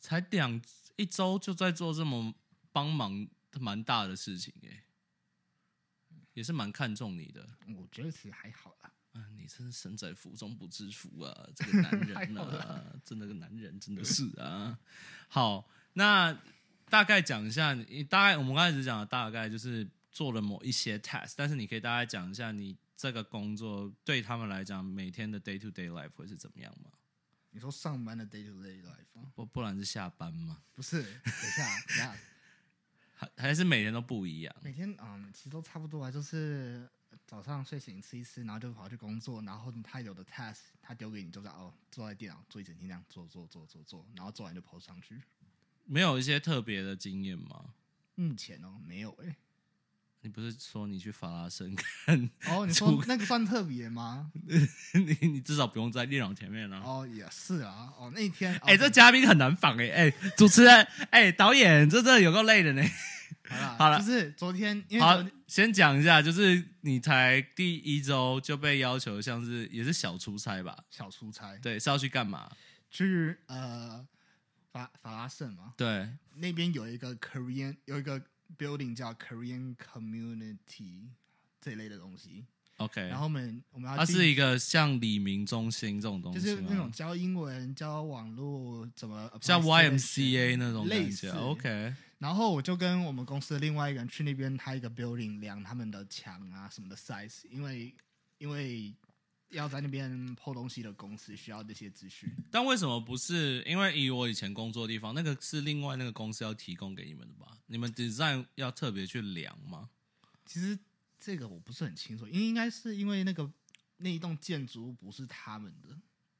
Speaker 1: 才两一周就在做这么帮忙蛮大的事情耶、欸也是蛮看重你的。
Speaker 3: 我觉得其实还好啦，
Speaker 1: 啊，你真是身在福中不知福啊！这个男
Speaker 3: *laughs* 还
Speaker 1: 人
Speaker 3: 好
Speaker 1: 啊，真的个男人真的是啊。好，那大概讲一下，你大概我们刚才只讲了大概就是做了某一些 test，但是你可以大概讲一下你这个工作对他们来讲每天的 day to day life 会是怎么样吗？
Speaker 3: 你说上班的 day to day life 吗？
Speaker 1: 不不然是下班吗？
Speaker 3: 不是，等一下，等一下，
Speaker 1: 还还是每天都不一样。
Speaker 3: 每天嗯，其实都差不多啊，就是早上睡醒吃一吃，然后就跑去工作，然后他有的 task 他丢给你，就是哦，坐在电脑做一整天这样做做做做做，然后做完就 post 上去。
Speaker 1: 没有一些特别的经验吗？
Speaker 3: 目前哦没有哎、
Speaker 1: 你不是说你去法拉盛看，
Speaker 3: 哦你说那个算特别吗？
Speaker 1: 你 *laughs* 你至少不用在电脑前面了、
Speaker 3: 哦也是啊，哦那一天
Speaker 1: 哎、这
Speaker 3: 哦
Speaker 1: 嘉宾很难仿哎、哎、主持人哎、导演，这真的有够累的呢。
Speaker 3: 好啦，
Speaker 1: 好啦
Speaker 3: 就是昨天，因为
Speaker 1: 好
Speaker 3: 昨天，
Speaker 1: 先讲一下，就是你才第一周就被要求像是也是小出差吧？
Speaker 3: 小出差，
Speaker 1: 对，是要去干嘛？
Speaker 3: 去呃法法拉盛嘛，
Speaker 1: 对，
Speaker 3: 那边有一个 Korean 有一个 building 叫 Korean Community 这一类的东西，
Speaker 1: OK，
Speaker 3: 然后我们我们要
Speaker 1: 它
Speaker 3: 去
Speaker 1: 是一个像李明中心这种东
Speaker 3: 就
Speaker 1: 西
Speaker 3: 是
Speaker 1: 吗
Speaker 3: 那种教英文、教网络怎么
Speaker 1: 像
Speaker 3: apply
Speaker 1: YMCA
Speaker 3: selection
Speaker 1: 那种
Speaker 3: 类
Speaker 1: 感
Speaker 3: 似
Speaker 1: 觉。OK，啊
Speaker 3: 然后我就跟我们公司的另外一个人去那边，他一个 building 量他们的墙啊什么的 size，因为因为要在那边破东西的公司需要这些资讯。
Speaker 1: 但为什么不是？因为以我以前工作的地方，那个是另外那个公司要提供给你们的吧？你们 design 要特别去量吗？
Speaker 3: 其实这个我不是很清楚，因为应该是因为那个那一栋建筑物不是他们的，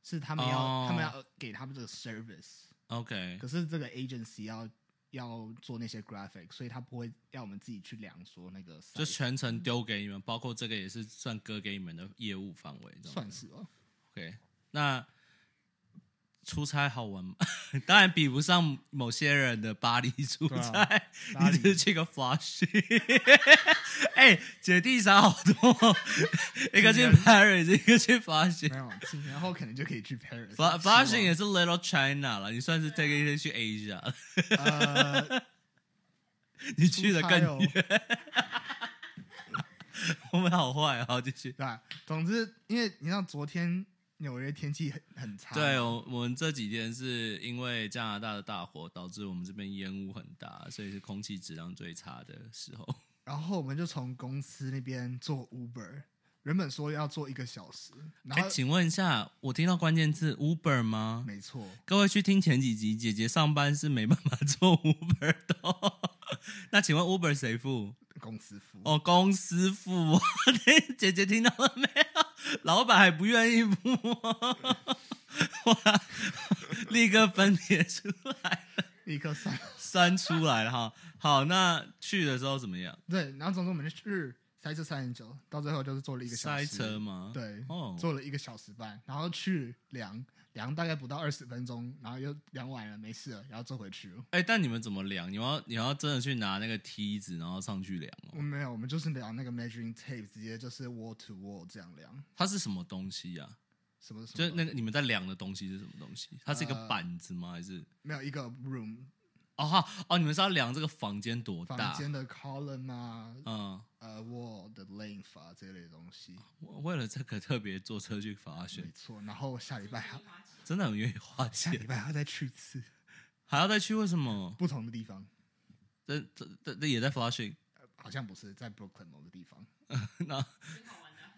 Speaker 3: 是他们要、
Speaker 1: 哦嗯
Speaker 3: 他们要给他们这个 service，
Speaker 1: OK，
Speaker 3: 可是这个 agency 要要做那些 graphic，所以他不会要我们自己去量说那个 size，
Speaker 1: 就全程丢给你们，包括这个也是算割给你们的业务范围，这样
Speaker 3: 算是哦。
Speaker 1: OK。那出差好玩吗？ *laughs* 当然比不上某些人的巴黎出差，
Speaker 3: 啊
Speaker 1: *laughs*
Speaker 3: 巴黎
Speaker 1: 你只是去个 flash。哎、姐弟差好
Speaker 3: *laughs*
Speaker 1: 多，一个去 Paris，一个去 flash
Speaker 3: 没。有，几年后可能就可以去 Paris。
Speaker 1: 发发行也
Speaker 3: 也
Speaker 1: 是 Little China 了，你算是 take it 去 Asia， *laughs*
Speaker 3: 呃，
Speaker 1: 你去的
Speaker 3: 出
Speaker 1: 更
Speaker 3: 差哦
Speaker 1: 远。我们好坏啊，继续。
Speaker 3: 啊对吧？总之，因为你知道昨天纽约天气很很差，
Speaker 1: 对，哦我我们这几天是因为加拿大的大火导致我们这边烟雾很大，所以是空气质量最差的时候。
Speaker 3: 然后我们就从公司那边坐 Uber，原本说要坐一个小时，然
Speaker 1: 哎、
Speaker 3: 后
Speaker 1: 请问一下，我听到关键字 Uber 吗？
Speaker 3: 没错，
Speaker 1: 各位去听前几集，姐姐上班是没办法做 Uber 的哦、 *laughs* 那请问 Uber 谁付？
Speaker 3: 公司付
Speaker 1: 哦，公司付。 *laughs* 姐姐听到了没有？老板还不愿意付、哦，哇！立刻分别出来，
Speaker 3: 立刻算。
Speaker 1: 删出来了哈。好，那去的时候怎么样？
Speaker 3: *laughs* 对，然后总之我们就去塞车三十九，到最后就是坐了一个小
Speaker 1: 塞
Speaker 3: 时，
Speaker 1: 车吗？
Speaker 3: 对，
Speaker 1: 哦
Speaker 3: 坐了一个小时半，然后去量量大概不到二十分钟，然后又量完了没事了，然后坐回去。
Speaker 1: 哎、但你们怎么量？你们要你要真的去拿那个梯子，然后上去量
Speaker 3: 我
Speaker 1: 哦。
Speaker 3: 没有，我们就是量那个 measuring tape，直接就是 wall to wall 这样量，
Speaker 1: 它是什么东西呀、
Speaker 3: 什么什么
Speaker 1: 就是那个你们在量的东西是什么东西？它是一个
Speaker 3: 呃
Speaker 1: 板子吗？还是
Speaker 3: 没有一个 room
Speaker 1: 哦哈哦？你们是要量这个房间多
Speaker 3: 呃房
Speaker 1: 大？
Speaker 3: 间的 column 啊，
Speaker 1: 嗯，
Speaker 3: 呃 wall 的 length 啊这类的东西，
Speaker 1: 我为了这个特别坐车去法
Speaker 3: 没
Speaker 1: 选，
Speaker 3: 错。然后下礼拜还
Speaker 1: 真的很愿意花
Speaker 3: 下礼
Speaker 1: 钱，
Speaker 3: 拜还再去一次
Speaker 1: 还要再去？为什么？
Speaker 3: 不同的地方，
Speaker 1: 这这这这也在 Flushing，
Speaker 3: 好像不是在 Brooklyn 某个地方，
Speaker 1: 那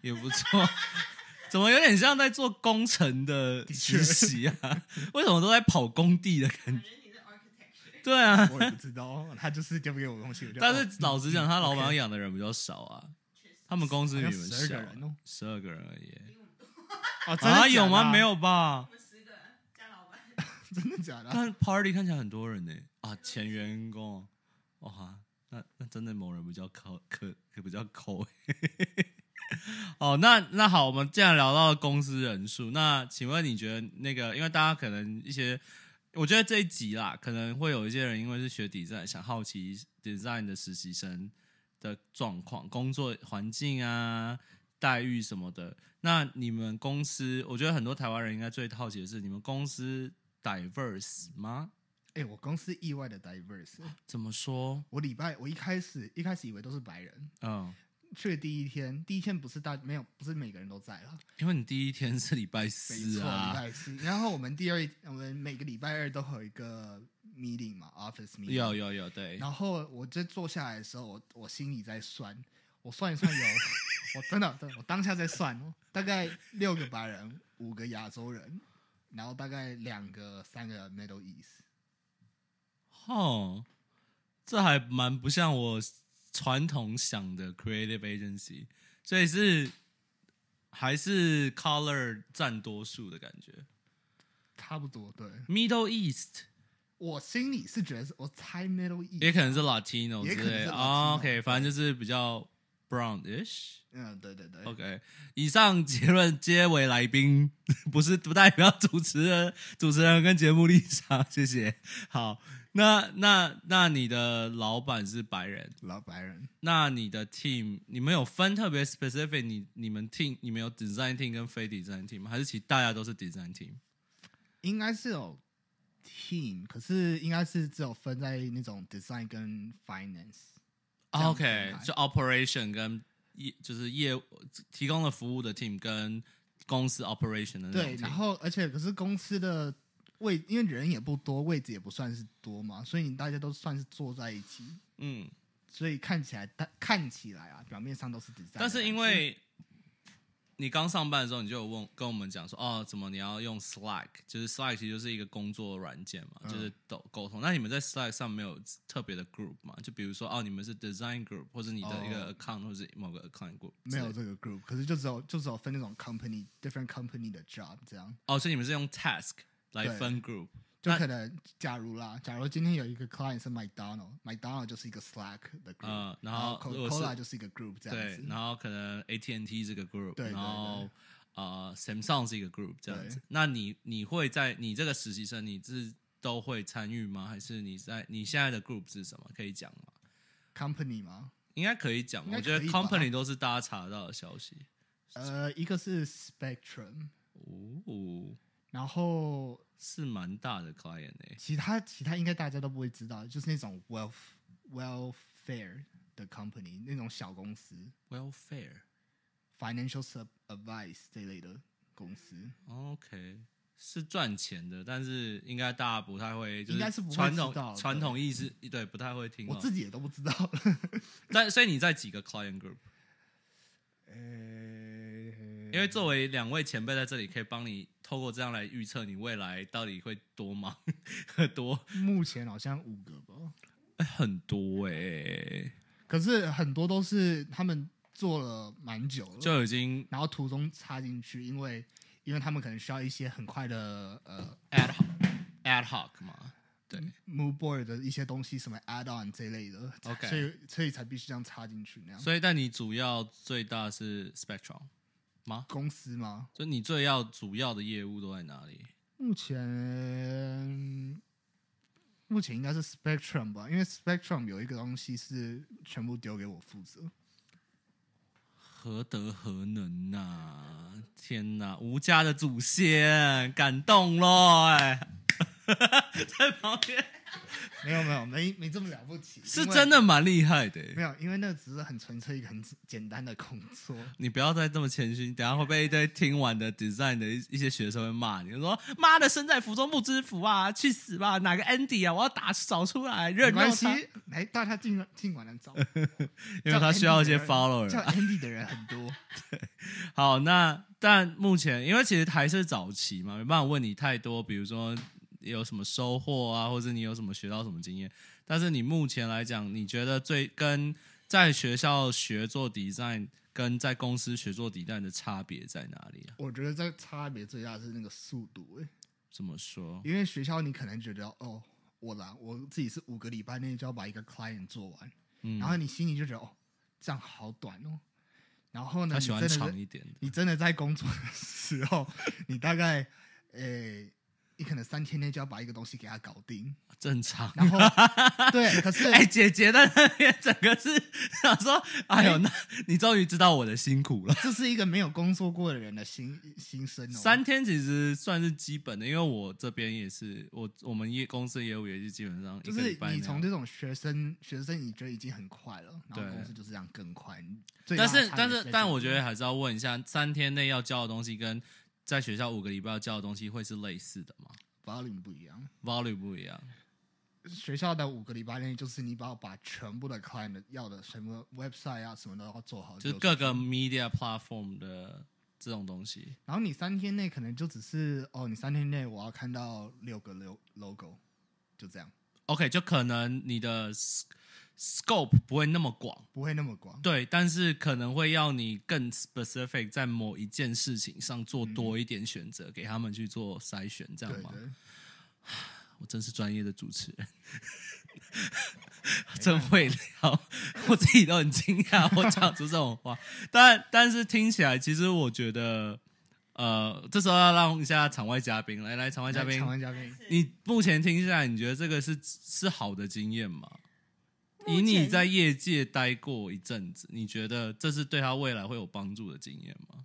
Speaker 1: 也不错。 *laughs* 怎么有点像在做工程的
Speaker 3: 确
Speaker 1: 实习啊？为什么都在跑工地的感觉？对啊，
Speaker 3: 我也不知道， *laughs* 他就是丢给我东西，我就哦
Speaker 1: 但是老实讲，他老板养的人比较少啊，他们公司比你们
Speaker 3: 好
Speaker 1: 小
Speaker 3: 像12
Speaker 1: 啊
Speaker 3: 个人哦，
Speaker 1: 十二个人而已。
Speaker 3: 哦真的
Speaker 1: 啊，
Speaker 3: 假的
Speaker 1: 有吗？没，有吧？
Speaker 3: 真的假的啊？
Speaker 1: 但 party 看起来很多人呢、啊，前员工，哇、那那真的某人比较抠，可可比较抠、 *laughs* 哦，那那好，我们既然聊到了公司人数，那请问你觉得那个，因为大家可能一些，我觉得这一集啦，可能会有一些人因为是学 design，想好奇 design 的实习生的状况、工作环境啊、待遇什么的。那你们公司，我觉得很多台湾人应该最好奇的是，你们公司 diverse 吗？
Speaker 3: 哎、我公司意外的 diverse，
Speaker 1: 怎么说？
Speaker 3: 我礼拜我一开始一开始以为都是白人，
Speaker 1: 嗯，
Speaker 3: 去的第一天，第一天不是大没有不是每个人都在了，
Speaker 1: 因为你第一天是礼拜
Speaker 3: 没
Speaker 1: 四
Speaker 3: 错，礼
Speaker 1: 啊，
Speaker 3: 拜四。然后我们第二我们每个礼拜二都会有一个 meeting 嘛，office meeting。
Speaker 1: 有有有，对，
Speaker 3: 然后我这坐下来的时候，我我心里在算，我算一算有， *laughs* 我真的真的，我当下在算，哦大概六个白人，五个亚洲人，然后大概两个三个 Middle East。
Speaker 1: 哦，这还蛮不像我传统想的 creative agency，所以是还是 color 占多数的感觉。
Speaker 3: 差不多，对
Speaker 1: Middle East
Speaker 3: 我心里是觉得是，我猜 Middle
Speaker 1: 也
Speaker 3: East，
Speaker 1: 可能是 Latino
Speaker 3: 也
Speaker 1: 之
Speaker 3: 可能
Speaker 1: 类
Speaker 3: 是 Latino，
Speaker 1: 啊、OK，反正就是比较 brownish。
Speaker 3: 嗯，对对对
Speaker 1: OK，以上结论皆为来宾， *laughs* 不是不代表主持人、主持人跟节目立场。谢谢。 *laughs* 好，那那那你的老板是白人，
Speaker 3: 老白人，
Speaker 1: 那你的 team 你们有分特别 specific？你你们 team 你们有 design team 跟非 design team 吗？还是其实大家都是 design team？
Speaker 3: 应该是有 team，可是应该是只有分在那种 design 跟 finance。这样
Speaker 1: 哦 OK，
Speaker 3: 分开
Speaker 1: 就 operation 跟业就是业务提供了服务的 team 跟公司 operation 的那种 team
Speaker 3: 对，然后而且可是公司的位，因为人也不多，位置也不算是多嘛，所以你大家都算是坐在一起，
Speaker 1: 嗯，
Speaker 3: 所以看起来但看起来啊，表面上都是 design，
Speaker 1: 但是因为你刚上班的时候，你就有问跟我们讲说，哦，怎么你要用 Slack？就是 Slack 其实就是一个工作软件嘛，
Speaker 3: 嗯
Speaker 1: 就是沟沟通。那你们在 Slack 上没有特别的 group 嘛？就比如说，哦，你们是 design group，或者你的一个 account，、或是某个 account group 之
Speaker 3: 哦没
Speaker 1: 类的。
Speaker 3: 有这个 group，可是就只有就只有分那种 company different company 的 job 这样。
Speaker 1: 哦，所以你们是用 task 来
Speaker 3: 对
Speaker 1: 分 group。
Speaker 3: 就
Speaker 1: 那
Speaker 3: 可能，假如啦，假如今天有一个 client 是 McDonald，McDonald 就是一个 Slack 的 group，、
Speaker 1: 嗯然
Speaker 3: 然
Speaker 1: 后如果是
Speaker 3: Coca-Cola 就是一个 group 这样
Speaker 1: 对
Speaker 3: 子，，
Speaker 1: 然后可能 AT&T 这个 group，
Speaker 3: 对对
Speaker 1: 然后呃 Samsung 是一个 group 这样子
Speaker 3: 对。
Speaker 1: 那你你会在你这个实习生，你是都会参与吗？还是你在你现在的 group 是什么？可以讲吗？
Speaker 3: company 吗？
Speaker 1: 应该可以讲吧，
Speaker 3: 应该
Speaker 1: 我觉得
Speaker 3: 可以吧
Speaker 1: company 都是大家查到的消息。
Speaker 3: 呃，一个是 Spectrum，
Speaker 1: 哦，
Speaker 3: 然后
Speaker 1: 是蛮大的 client 诶、
Speaker 3: 其他其他应该大家都不会知道，就是那种 wealth welfare 的 company，那种小公司
Speaker 1: w e l f a r e
Speaker 3: financial sub advice 这类的公司，
Speaker 1: OK，是赚钱的，但是应该大家不太会，就
Speaker 3: 应该是不会
Speaker 1: 传
Speaker 3: 知道
Speaker 1: 统
Speaker 3: 对
Speaker 1: 传统意识，对，不太会听
Speaker 3: 我
Speaker 1: 到。
Speaker 3: 自己也都不
Speaker 1: *laughs*
Speaker 3: 知道。
Speaker 1: 但所以你在几个 client group？
Speaker 3: 呃，
Speaker 1: 因为作为两位前辈在这里，可以帮你透过这样来预测你未来到底会多忙 *laughs* 多、
Speaker 3: 目前好像五个吧，
Speaker 1: 哎很多哎、
Speaker 3: 可是很多都是他们做了蛮久了，
Speaker 1: 就已经
Speaker 3: 然后途中插进去，因为因为他们可能需要一些很快的呃
Speaker 1: ad hoc ad hoc 嘛。对
Speaker 3: 嗯 move board 的一些东西，什么 add on 这一类的
Speaker 1: OK
Speaker 3: 所以所以才必须这样插进去那样。
Speaker 1: 所以但你主要最大是 Spectrum 吗？
Speaker 3: 公司吗？
Speaker 1: 就你最要主要的业务都在哪里？
Speaker 3: 目前目前应该是 Spectrum 吧，因为 Spectrum 有一个东西是全部丢给我负责。
Speaker 1: 何德何能呐、天呐，吴家的祖先，感动咯！哎， *laughs* 在旁边
Speaker 3: 没有没 *laughs* 有没没这么了不起，
Speaker 1: 是
Speaker 3: 因为
Speaker 1: 真的蛮厉害的、欸
Speaker 3: 没有，因为那只是很纯粹一个很简单的工作。
Speaker 1: 你不要再这么谦虚，等一下会被一堆听完的 design 的一一些学生会骂你，就说妈的身在福中不知福啊，去死吧！哪个 Andy 啊，我要打找出来，
Speaker 3: 没
Speaker 1: 认
Speaker 3: 关
Speaker 1: 肉
Speaker 3: 系
Speaker 1: 他，，
Speaker 3: 来大家尽尽管来找，
Speaker 1: *laughs* 因为他需要一些
Speaker 3: 叫 Andy 的人
Speaker 1: follower
Speaker 3: 叫 Andy 的人很多，
Speaker 1: 好，那但目前因为其实还是早期嘛，没办法问你太多，比如说有什么收获啊，或者你有什么学到什么经验。但是你目前来讲，你觉得最跟在学校学做 design 跟在公司学做 design 的差别在哪里啊？
Speaker 3: 我觉得这个差别最大是那个速度、欸
Speaker 1: 怎么说？
Speaker 3: 因为学校你可能觉得哦，我啦，我自己是五个礼拜内就要把一个 client 做完，
Speaker 1: 嗯
Speaker 3: 然后你心里就觉得哦，这样好短哦。然后呢，
Speaker 1: 他喜欢
Speaker 3: 你真的
Speaker 1: 长
Speaker 3: 是
Speaker 1: 一点的，
Speaker 3: 你真的在工作的时候，你大概诶、你可能三天内就要把一个东西给它搞定，
Speaker 1: 正常。
Speaker 3: 然
Speaker 1: *laughs*
Speaker 3: 后对，可是
Speaker 1: 哎、姐姐在那边整个是想说，哎呦，那你终于知道我的辛苦了。
Speaker 3: 这是一个没有工作过的人的心心声哦。
Speaker 1: 三天其实算是基本的，因为我这边也是，我我们业公司业务也是基本上一
Speaker 3: 就
Speaker 1: 个礼
Speaker 3: 是
Speaker 1: 拜哦
Speaker 3: 你
Speaker 1: 那
Speaker 3: 从
Speaker 1: 样
Speaker 3: 这种学生学生，你觉得已经很快了，然
Speaker 1: 对
Speaker 3: 后公司就是这样更快。最大
Speaker 1: 但
Speaker 3: 的
Speaker 1: 是
Speaker 3: 差别
Speaker 1: 但
Speaker 3: 啊在
Speaker 1: 是
Speaker 3: 这
Speaker 1: 但
Speaker 3: 里
Speaker 1: 我觉得还是要问一下，三天内要教的东西跟在学校五个礼拜要教的东西会是类似的吗
Speaker 3: volume 不一样。
Speaker 1: ？Volume 不一样，
Speaker 3: 学校的五个礼拜内，就是你把把全部的 client 要的什么 website 啊什么都要做好，
Speaker 1: 就是各个 media platform 的这种东西。
Speaker 3: 然后你三天内可能就只是哦，你三天内我要看到六个 lo- logo，就这样，
Speaker 1: OK，就可能你的 s- scope 不会那么广，
Speaker 3: 不会那么广。
Speaker 1: 对，但是可能会要你更 specific 在某一件事情上做多一点选择，给他们去做筛选，这
Speaker 3: 嗯对
Speaker 1: 样吗？
Speaker 3: 对，
Speaker 1: 我真是专业的主持
Speaker 3: *laughs*
Speaker 1: 人，真会聊，我自己都很惊讶，我讲出这种话。但但是听起来，其实我觉得，呃，这时候要让一下场外嘉宾来来，场外嘉宾
Speaker 3: 场，外哎嘉宾，
Speaker 1: 你目前听下来，你觉得这个是是好的经验吗？以
Speaker 2: 目
Speaker 1: 你
Speaker 2: 前
Speaker 1: 在业界待过一阵子，你觉得这是对他未来会有帮助的经验吗？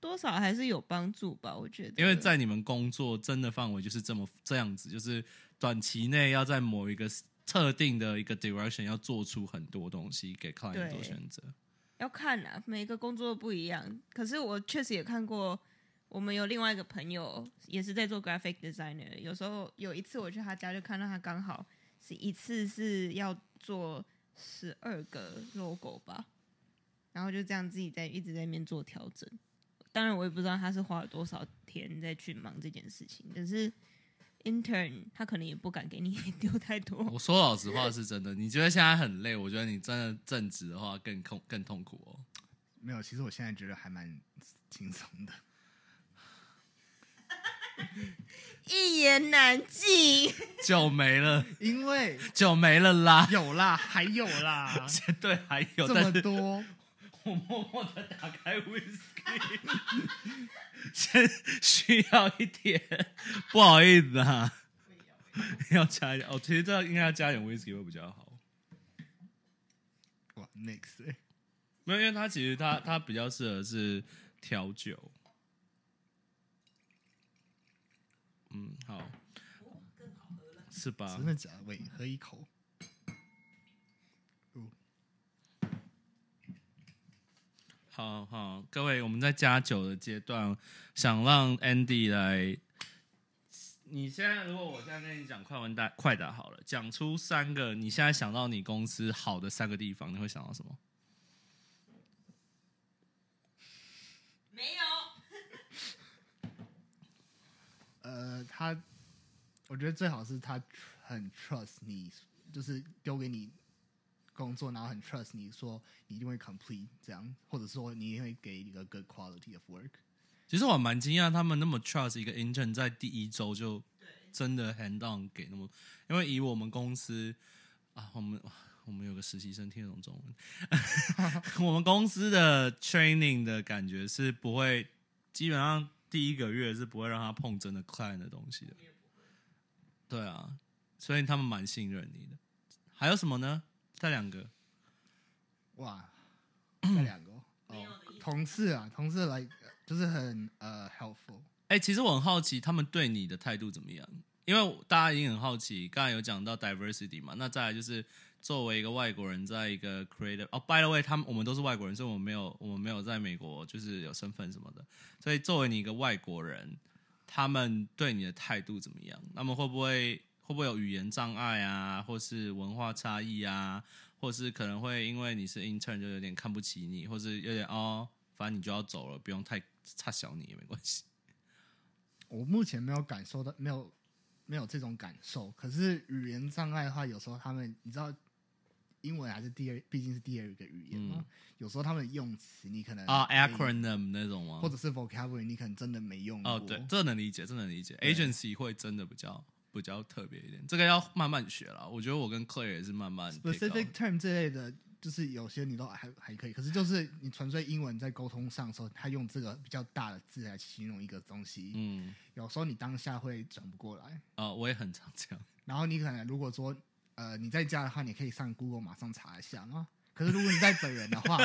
Speaker 2: 多少还是有帮助吧，我觉得。
Speaker 1: 因为在你们工作真的范围就是这么这样子，就是短期内要在某一个 s- 特定的一个 direction 要做出很多东西给 client
Speaker 2: 对
Speaker 1: 做选择。
Speaker 2: 要看啦，每个工作不一样。可是我确实也看过，我们有另外一个朋友也是在做 graphic designer，有时候有一次我去他家就看到他刚好是一次是要做十二个 logo 吧，然后就这样自己在一直在那边做调整。当然我也不知道他是花了多少天再去忙这件事情，可是 intern 他可能也不敢给你 *laughs* 丢太多。
Speaker 1: 我说老实话是真的，你觉得现在很累，我觉得你真的正职的话更痛更痛苦哦。
Speaker 3: 没有，其实我现在觉得还蛮轻松的。
Speaker 2: 一言难尽，
Speaker 1: 酒没了，
Speaker 3: 因为
Speaker 1: 酒没了啦，
Speaker 3: 有啦，还有啦，
Speaker 1: 对，还 *laughs* 有，
Speaker 3: 这
Speaker 1: 但
Speaker 3: 么
Speaker 1: 是
Speaker 3: 多，
Speaker 1: 我默默的打开 whisky，先需要一点，不好意思啊，要加一点哦。其实这应该要加一点 whisky 会比较好，
Speaker 3: 哇，next，欸
Speaker 1: 没有，因为它其实它它比较适合是调酒。嗯，好，是吧
Speaker 3: 真？的假的？喂，喝一口。
Speaker 1: 好好，各位，我们在加酒的阶段，想让 Andy 来。你现在如果我现在跟你讲快问大快答好了，讲出三个你现在想到你公司好的三个地方，你会想到什么？
Speaker 2: 没有，
Speaker 3: 呃，他我觉得最好是他很 trust 你，就是丢给你工作，然后很 trust 你说你一定会 complete 这样，或者说你一定会给一个 good quality of work。
Speaker 1: 其实我蛮惊讶，他们那么 trust 一个 intern 在第一周就真的 hand down 给那么，因为以我们公司啊，我们我们有个实习生听得懂中文，我 *laughs* 们公司的 training 的感觉是不会，基本上第一个月是不会让他碰真的 client 的东西的，对啊，所以他们蛮信任你的。还有什么呢？再两个，
Speaker 3: 哇，这两个
Speaker 2: *clears throat* 没
Speaker 3: 哦
Speaker 2: 有的意，思
Speaker 3: 同事啊，同事来就是很呃 helpful。
Speaker 1: 哎、其实我很好奇他们对你的态度怎么样，因为大家已经很好奇，刚才有讲到 diversity 嘛，那再来就是作为一个外国人，在一个 creative 哦，by the way，他们我们都是外国人，所以我们没有我们没有在美国就是有身份什么的，所以作为你一个外国人，他们对你的态度怎么样？那么会不会会不会有语言障碍啊，或是文化差异啊，或是可能会因为你是 intern 就有点看不起你，或是有点哦，反正你就要走了，不用太差小你也没关系。
Speaker 3: 我目前没有感受到，没有没有这种感受。可是语言障碍的话，有时候他们你知道，英文还是第二，毕竟是第二个语言嘛。
Speaker 1: 嗯
Speaker 3: 有时候他们的用词你可能
Speaker 1: 啊
Speaker 3: 可以
Speaker 1: ，acronym 那种吗？
Speaker 3: 嗯或者是 vocabulary，你可能真的没用
Speaker 1: 嗯
Speaker 3: 过。
Speaker 1: 哦，对，这能理解，这能理解。
Speaker 3: 对
Speaker 1: agency 会真的比较比较特别一点，这个要慢慢学了。我觉得我跟 Claire 也是慢慢 pick up
Speaker 3: specific term 这类的，就是有些你都还还可以，可是就是你纯粹英文在沟通上的时候，他用这个比较大的字来形容一个东西，
Speaker 1: 嗯，
Speaker 3: 有时候你当下会转不过来。
Speaker 1: 啊、我也很常这
Speaker 3: *laughs*
Speaker 1: 样。
Speaker 3: 然后你可能如果说呃你在家的话，你可以上 Google 马上查一下嘛。可是如果你在本人的
Speaker 1: *laughs*
Speaker 3: 话，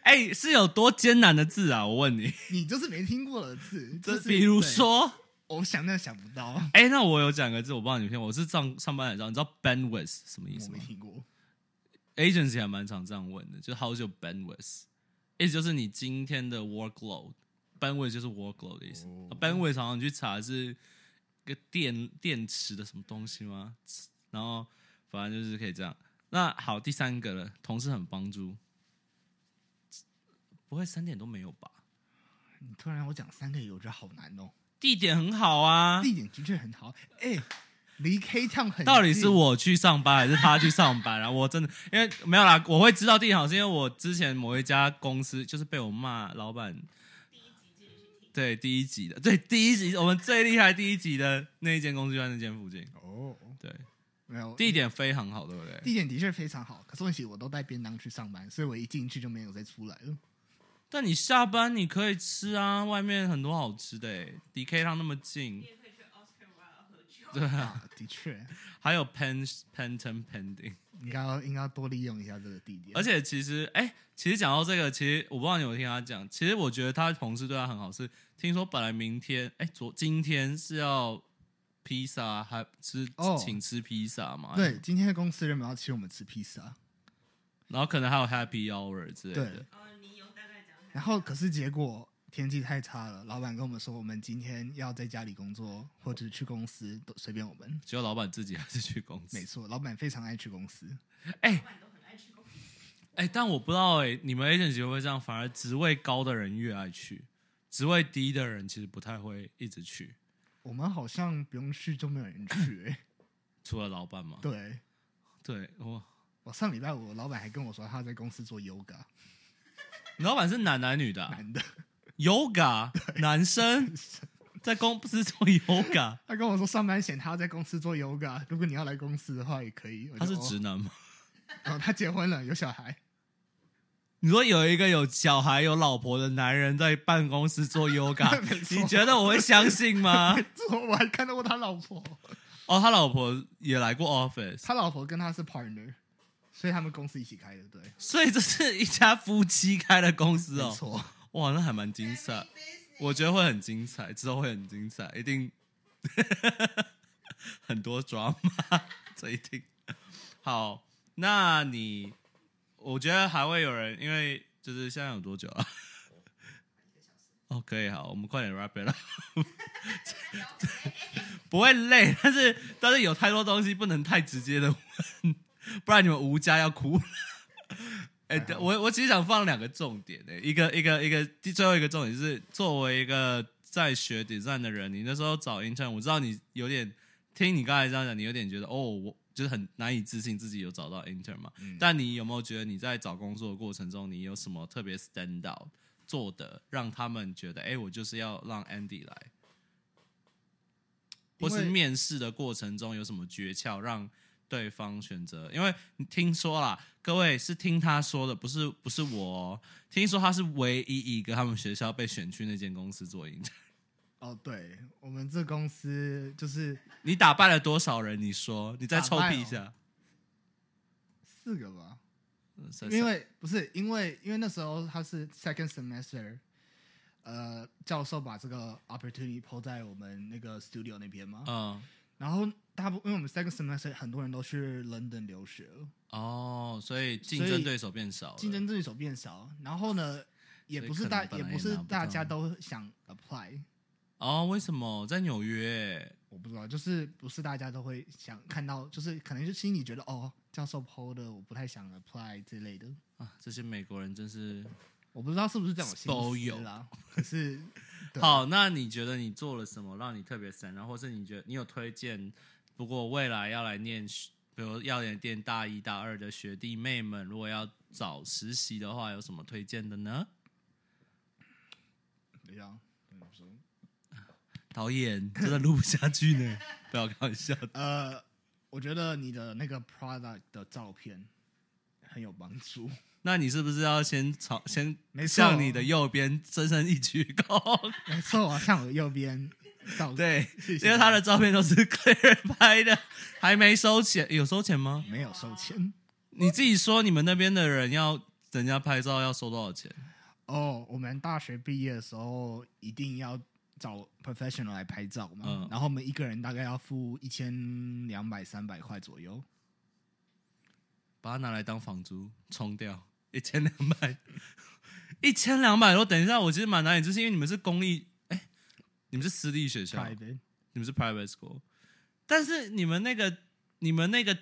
Speaker 1: 哎、是有多艰难的字啊？我问你，
Speaker 3: 你就是没听过的字，
Speaker 1: 这
Speaker 3: 就是
Speaker 1: 比如，说，
Speaker 3: 对我想都想不到，
Speaker 1: 哎、那我有讲个字，我不知道你们听过，我是上上班的时候，你知道 bandwidth 什么意
Speaker 3: 我
Speaker 1: 思吗
Speaker 3: 没听过。
Speaker 1: ？agency 还蛮常这样问的，就是 how's your bandwidth，意思就是你今天的 workload。bandwidth 就是 workload 的意思。
Speaker 3: 哦
Speaker 1: bandwidth 常常去查是一个电电池的什么东西吗？然后反正就是可以这样。那好，第三个了，同事很帮助，不会三点都没有吧？
Speaker 3: 你突然让我讲三个，我觉得好难哦。
Speaker 1: 地点很好啊，
Speaker 3: 地点的确很好，哎、离 K Town 很
Speaker 1: 到底是
Speaker 3: 近
Speaker 1: 我去上班还是他去上班啊？我真的因为没有啦，我会知道地点好，是因为我之前某一家公司就是被我骂老板。对第一集的， *laughs* 对第一集，我们最厉害第一集的那一间公司就在那间附近。
Speaker 3: 哦，
Speaker 1: 对，
Speaker 3: 没有
Speaker 1: 地点非常好，对不对？
Speaker 3: 地点的确非常好，可是问题我都带便当去上班，所以我一进去就没有
Speaker 1: *laughs*
Speaker 3: 再出来了。
Speaker 1: 但你下班你可以吃啊，外面很多好吃的诶，D K 汤那么近
Speaker 2: 你，也可以去 Oscar Wilde 喝酒。
Speaker 1: 对啊，
Speaker 3: 啊，的确，
Speaker 1: 还有 Pen Penton Pending。
Speaker 3: 应该要应该要多利用一下这个地点。
Speaker 1: 而且其实，哎、其实讲到这个，其实我不知道你有没有听他讲，其实我觉得他同事对他很好是，听说本来明天，哎、昨今天是要披萨，还是
Speaker 3: 哦
Speaker 1: 请吃披萨嘛？
Speaker 3: 对，今天的公司人们要请我们吃披萨，
Speaker 1: 然后可能还有 Happy Hour 之类的
Speaker 3: 对。
Speaker 2: 哦，你有大概讲一下。
Speaker 3: 然后可是结果天气太差了，老板跟我们说我们今天要在家里工作或者去公司都随便我
Speaker 1: *laughs*
Speaker 3: 们。
Speaker 1: 结果老板自己还是去公司
Speaker 3: 没，错，老板非常爱去公司，
Speaker 1: 哎、
Speaker 2: 老板都很爱去公司。
Speaker 1: 哎、但我不知道哎、你们 agency 会不会这样？反而职位高的人越爱去，职位低的人其实不太会一直去，
Speaker 3: 我们好像不用去就没有人去、
Speaker 1: *laughs*
Speaker 3: 欸
Speaker 1: 除了老板嘛。
Speaker 3: 对
Speaker 1: 对，我
Speaker 3: 我上礼拜五，老板还跟我说他在公司做 yoga，
Speaker 1: 你老板是男男女的、啊、
Speaker 3: 男的，
Speaker 1: ？Yoga 男
Speaker 3: *laughs*
Speaker 1: 生在公司做 Yoga，
Speaker 3: 他跟我说上班前他要在公司做 yoga，如果你要来公司的话也可以。我就
Speaker 1: 他是
Speaker 3: 哦
Speaker 1: 直男吗？
Speaker 3: 哦，他结婚了，有小孩。 *laughs*
Speaker 1: 你说有一个有小孩有老婆的男人在办公室做 Yoga，
Speaker 3: *laughs* 没错
Speaker 1: 你觉得我会相信
Speaker 3: *laughs*
Speaker 1: 吗？
Speaker 3: 我我还看到过他老婆，
Speaker 1: 哦，他老婆也来过 Office，
Speaker 3: 他老婆跟他是 partner，所以他们公司一起开的，对，
Speaker 1: 所以这是一家夫妻开的公司
Speaker 3: 没
Speaker 1: 哦。
Speaker 3: 错。
Speaker 1: 哇，那还蛮精彩。我觉得会很精彩，之后会很精彩，一定 *laughs* 很多 drama，这一 *laughs* 定。好，那你我觉得还会有人，因为就是现在有多久啊？哦，可以好，我们快点 wrap it up，不会累，但是但是有太多东西不能太直接的问，不然你们吴家要哭了。哎、
Speaker 3: 还好
Speaker 1: 我我其实想放两个重点诶、一个一个一个第最后一个重点是，作为一个在学 design 的人，你那时候找 intern，我知道你有点听你刚才这样讲，你有点觉得哦，我就是很难以置信自己有找到 intern 嘛。
Speaker 3: 嗯
Speaker 1: 但你有没有觉得你在找工作的过程中，你有什么特别 stand out 做的，让他们觉得，哎、我就是要让 Andy 来，
Speaker 3: 因
Speaker 1: 或
Speaker 3: 为
Speaker 1: 是面试的过程中有什么诀窍让对方选择？因为你听说啦，各位是听他说的，不是不是我哦、听说他是唯一一个他们学校被选去那间公司做 intern。
Speaker 3: 哦，对我们这公司就是
Speaker 1: 你打败了多少人？你说，你再
Speaker 3: 打
Speaker 1: 臭
Speaker 3: 败
Speaker 1: 屁一
Speaker 3: 哦
Speaker 1: 下。
Speaker 3: 四个吧，
Speaker 1: 嗯三
Speaker 3: 因为不是因为因为那时候他是 second semester，呃，教授把这个 opportunity 抛在我们那个 studio 那边嘛，
Speaker 1: 嗯，
Speaker 3: 然后大部因为我们 second semester 很多人都去 London 留学了，
Speaker 1: 哦，所以竞
Speaker 3: 所
Speaker 1: 争
Speaker 3: 以
Speaker 1: 对手变少了，
Speaker 3: 竞争对手变少，然后呢，也
Speaker 1: 所以
Speaker 3: 不是
Speaker 1: 可
Speaker 3: 大
Speaker 1: 能本
Speaker 3: 也
Speaker 1: 来
Speaker 3: 不
Speaker 1: 也
Speaker 3: 是
Speaker 1: 拿不
Speaker 3: 大家
Speaker 1: 到
Speaker 3: 都想 apply，
Speaker 1: 哦，为什么在纽约？
Speaker 3: 我不知道，就是不是大家都会想看到，就是可能就心里觉得哦，教授抛的我不太想 apply 之类的，
Speaker 1: 啊，这些美国人真是
Speaker 3: 我不知道是不是这种
Speaker 1: 都
Speaker 3: 心
Speaker 1: 有
Speaker 3: 思啦，可是对
Speaker 1: 好。那你觉得你做了什么让你特别闪？然后或是你觉得你有推荐？如果未来要来念学，比如要来念大一、大二的学弟妹们，如果要找实习的话，有什么推荐的呢？
Speaker 3: 等一下，嗯不是
Speaker 1: 导演真的录不下去呢， *laughs* 不要开玩笑的。
Speaker 3: 呃，我觉得你的那个 product 的照片很有帮助。 *laughs*
Speaker 1: 那你是不是要先朝先
Speaker 3: 没错
Speaker 1: 向你的右边深深一鞠躬？
Speaker 3: 没错，啊我看我右边照，
Speaker 1: 对，
Speaker 3: *laughs* 谢谢
Speaker 1: 因为他的照片都是 Claire 拍的，还没收钱，有收钱吗？
Speaker 3: 没有收钱。
Speaker 1: 你自己说，你们那边的人要人家拍照要收多少钱？
Speaker 3: 哦，我们大学毕业的时候一定要找 professional 来拍照嘛，
Speaker 1: 嗯
Speaker 3: 然后我们一个人大概要付一千两百三百块左右。
Speaker 1: 把它拿来当房租冲掉一千两百， *laughs* 一千两百多。等一下，我其实蛮难以置信，因为你们是公立，哎、你们是啊私立学校，
Speaker 3: private
Speaker 1: 你们是 private school，但是你们那个你们那个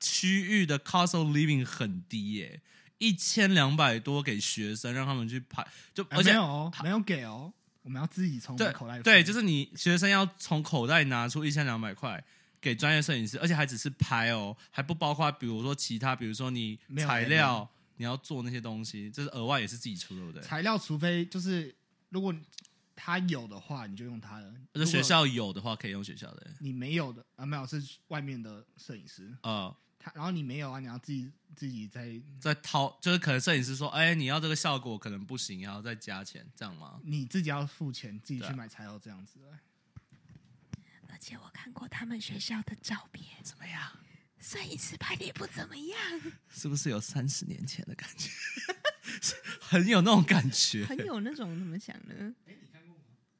Speaker 1: 区域的 cost of living 很低耶、一千两百多给学生，让他们去拍，就
Speaker 3: 哎
Speaker 1: 而且
Speaker 3: 没有哦没有给哦，我们要自己从我们口袋
Speaker 1: 对对，就是是你学生要从口袋拿出一千两百块给专业摄影师，而且还只是拍哦，还不包括比如说其他，比如说你
Speaker 3: 没有
Speaker 1: 材
Speaker 3: 没有
Speaker 1: 料，你要做那些东西，这是额外也是自己出，对不对？
Speaker 3: 材料，除非就是如果他有的话，你就用他的。
Speaker 1: 而且学
Speaker 3: 如果
Speaker 1: 校有的话可以用学校的，
Speaker 3: 你没有的啊，没有是外面的摄影师，
Speaker 1: 呃，
Speaker 3: 他然后你没有啊，你要自己自己在
Speaker 1: 在掏就是可能摄影师说，哎，你要这个效果可能不行，然后再加钱，这样吗？
Speaker 3: 你自己要付钱，自己
Speaker 1: 对啊
Speaker 3: 去买材料这样子。
Speaker 2: 而且我看过他们学校的照片，
Speaker 1: 怎么样？
Speaker 2: 摄影师拍的也不怎么样，
Speaker 1: 是不是有三十年前的感觉？ *laughs* 很有那种感觉，
Speaker 2: 很有那种怎么讲
Speaker 1: *laughs*
Speaker 2: 呢？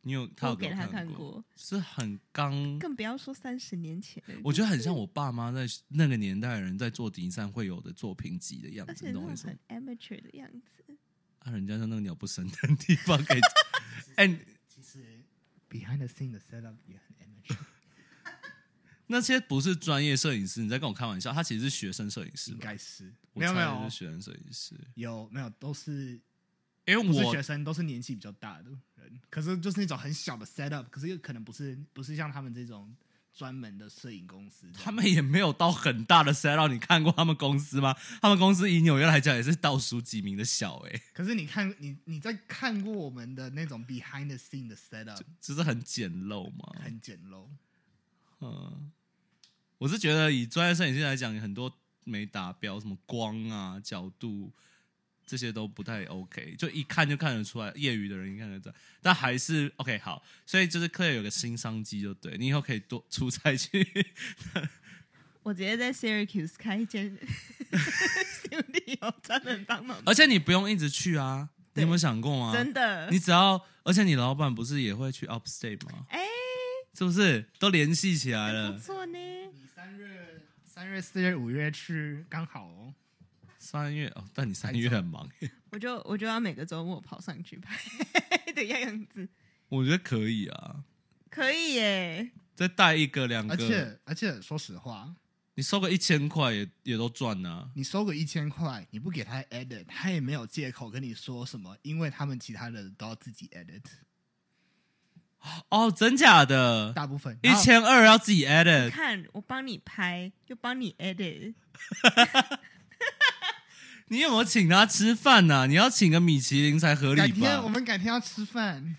Speaker 1: 你有他有
Speaker 2: 我给他
Speaker 1: 看
Speaker 2: 看过，
Speaker 1: 是很刚
Speaker 2: 更不要说三十年前，
Speaker 1: 我觉得很像我爸妈在那个年代的人在做迪善会有的作品集的样
Speaker 2: 而
Speaker 1: 子，
Speaker 2: 且
Speaker 1: 你
Speaker 2: 那
Speaker 1: 懂
Speaker 2: 种
Speaker 1: 我意思吗
Speaker 2: 很？amateur 的样子。
Speaker 1: 啊，人家在那个鸟不生蛋的地方给，
Speaker 3: *laughs*
Speaker 1: 哎、
Speaker 3: 其实 behind the scene 的 setup 也很 amateur，
Speaker 1: 那些不是专业摄影师，你在跟我开玩笑？他其实是学生摄影师
Speaker 3: 应
Speaker 1: 吧？
Speaker 3: 该是
Speaker 1: 我
Speaker 3: 没有
Speaker 1: 猜
Speaker 3: 没
Speaker 1: 的
Speaker 3: 有
Speaker 1: 是学生摄影师，
Speaker 3: 有没有都是
Speaker 1: 因
Speaker 3: 不
Speaker 1: 为
Speaker 3: 是
Speaker 1: 我
Speaker 3: 学生，都是年纪比较大的人，可是就是那种很小的 setup，可是又可能不是不是像他们这种专门的摄影公司这样，
Speaker 1: 他们也没有到很大的 set 你看过他们公司吗？他们公司以纽约来讲也是倒数几名的小、哎，
Speaker 3: 可是你看你你在看过我们的那种 behind the scene 的 setup，
Speaker 1: 就是很简陋嘛。
Speaker 3: 很简陋。
Speaker 1: 嗯，我是觉得以专业摄影师来讲，很多没达标，什么光啊、角度这些都不太 OK，就一看就看得出来，业余的人一看得出来，但还是 OK 好。所以就是克莱有个新商机，就对你以后可以多出差去 *laughs*
Speaker 2: 我直接在 Syracuse 开一间 studio，专门帮忙，
Speaker 1: 而且你不用一直去啊，你有没有
Speaker 2: 对
Speaker 1: 想过吗？
Speaker 2: 真的
Speaker 1: 啊你。只要，而且你老板不是也会去 Upstate 吗？
Speaker 2: 哎，
Speaker 1: 是不是都联系起来
Speaker 2: 还不
Speaker 1: 了？
Speaker 2: 错呢。
Speaker 3: 你三月、三月、四月、五月去刚好哦，
Speaker 1: 三月哦，但你三月很忙， *laughs*
Speaker 2: 我就我就要每个周末跑上去拍的样子，
Speaker 1: 我觉得可以啊，
Speaker 2: 可以耶，
Speaker 1: 再带一个两
Speaker 3: 而
Speaker 1: 个，
Speaker 3: 且而且说实话，
Speaker 1: 你收个一千块也也都赚啊。
Speaker 3: 你收个一千块，你不给他 edit，他也没有借口跟你说什么，因为他们其他的都要自己 edit，
Speaker 1: 哦，真假的，
Speaker 3: 大部分
Speaker 1: 一。
Speaker 3: 然后
Speaker 1: 千二要自己
Speaker 2: 你
Speaker 1: edit，
Speaker 2: 看我帮你拍，又帮你
Speaker 1: *laughs* 嗯
Speaker 2: edit，
Speaker 1: 你有没有请他吃饭呐、你要请个米其林才合
Speaker 3: 改
Speaker 1: 理
Speaker 3: 天我
Speaker 1: 吧？
Speaker 3: 们改天要吃饭，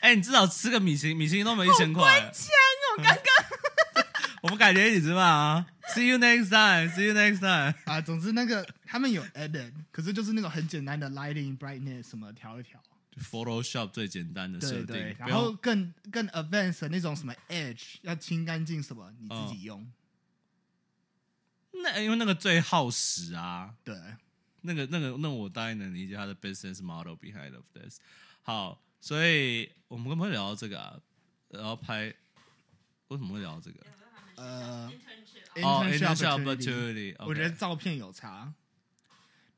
Speaker 1: 哎、你至少吃个米其林，米其林都没一千块，
Speaker 2: 天啊，我刚刚
Speaker 1: 我们改天一起吃饭啊！See you next time，See you next time。
Speaker 3: 啊，总之那个他们有 edit，可是就是那种很简单的 lighting、brightness 什么调一调，
Speaker 1: Photoshop 最简单的设
Speaker 3: 对
Speaker 1: 定，
Speaker 3: 对，
Speaker 1: 不
Speaker 3: 然后
Speaker 1: 用
Speaker 3: 更更 advanced 的那种什么 edge 要清干净什么，你
Speaker 1: 哦
Speaker 3: 自己用，
Speaker 1: 那因为那个最耗时啊，
Speaker 3: 对，
Speaker 1: 那个那个那我大概能理解他的 business model behind of this。好，所以我们会不会聊到这个啊？然后拍为什么会聊到这个？
Speaker 3: 呃
Speaker 1: 哦 i n t e r
Speaker 3: ，internship
Speaker 1: s h o p
Speaker 3: opportunity
Speaker 1: opportunity，
Speaker 3: 我觉得照片有差，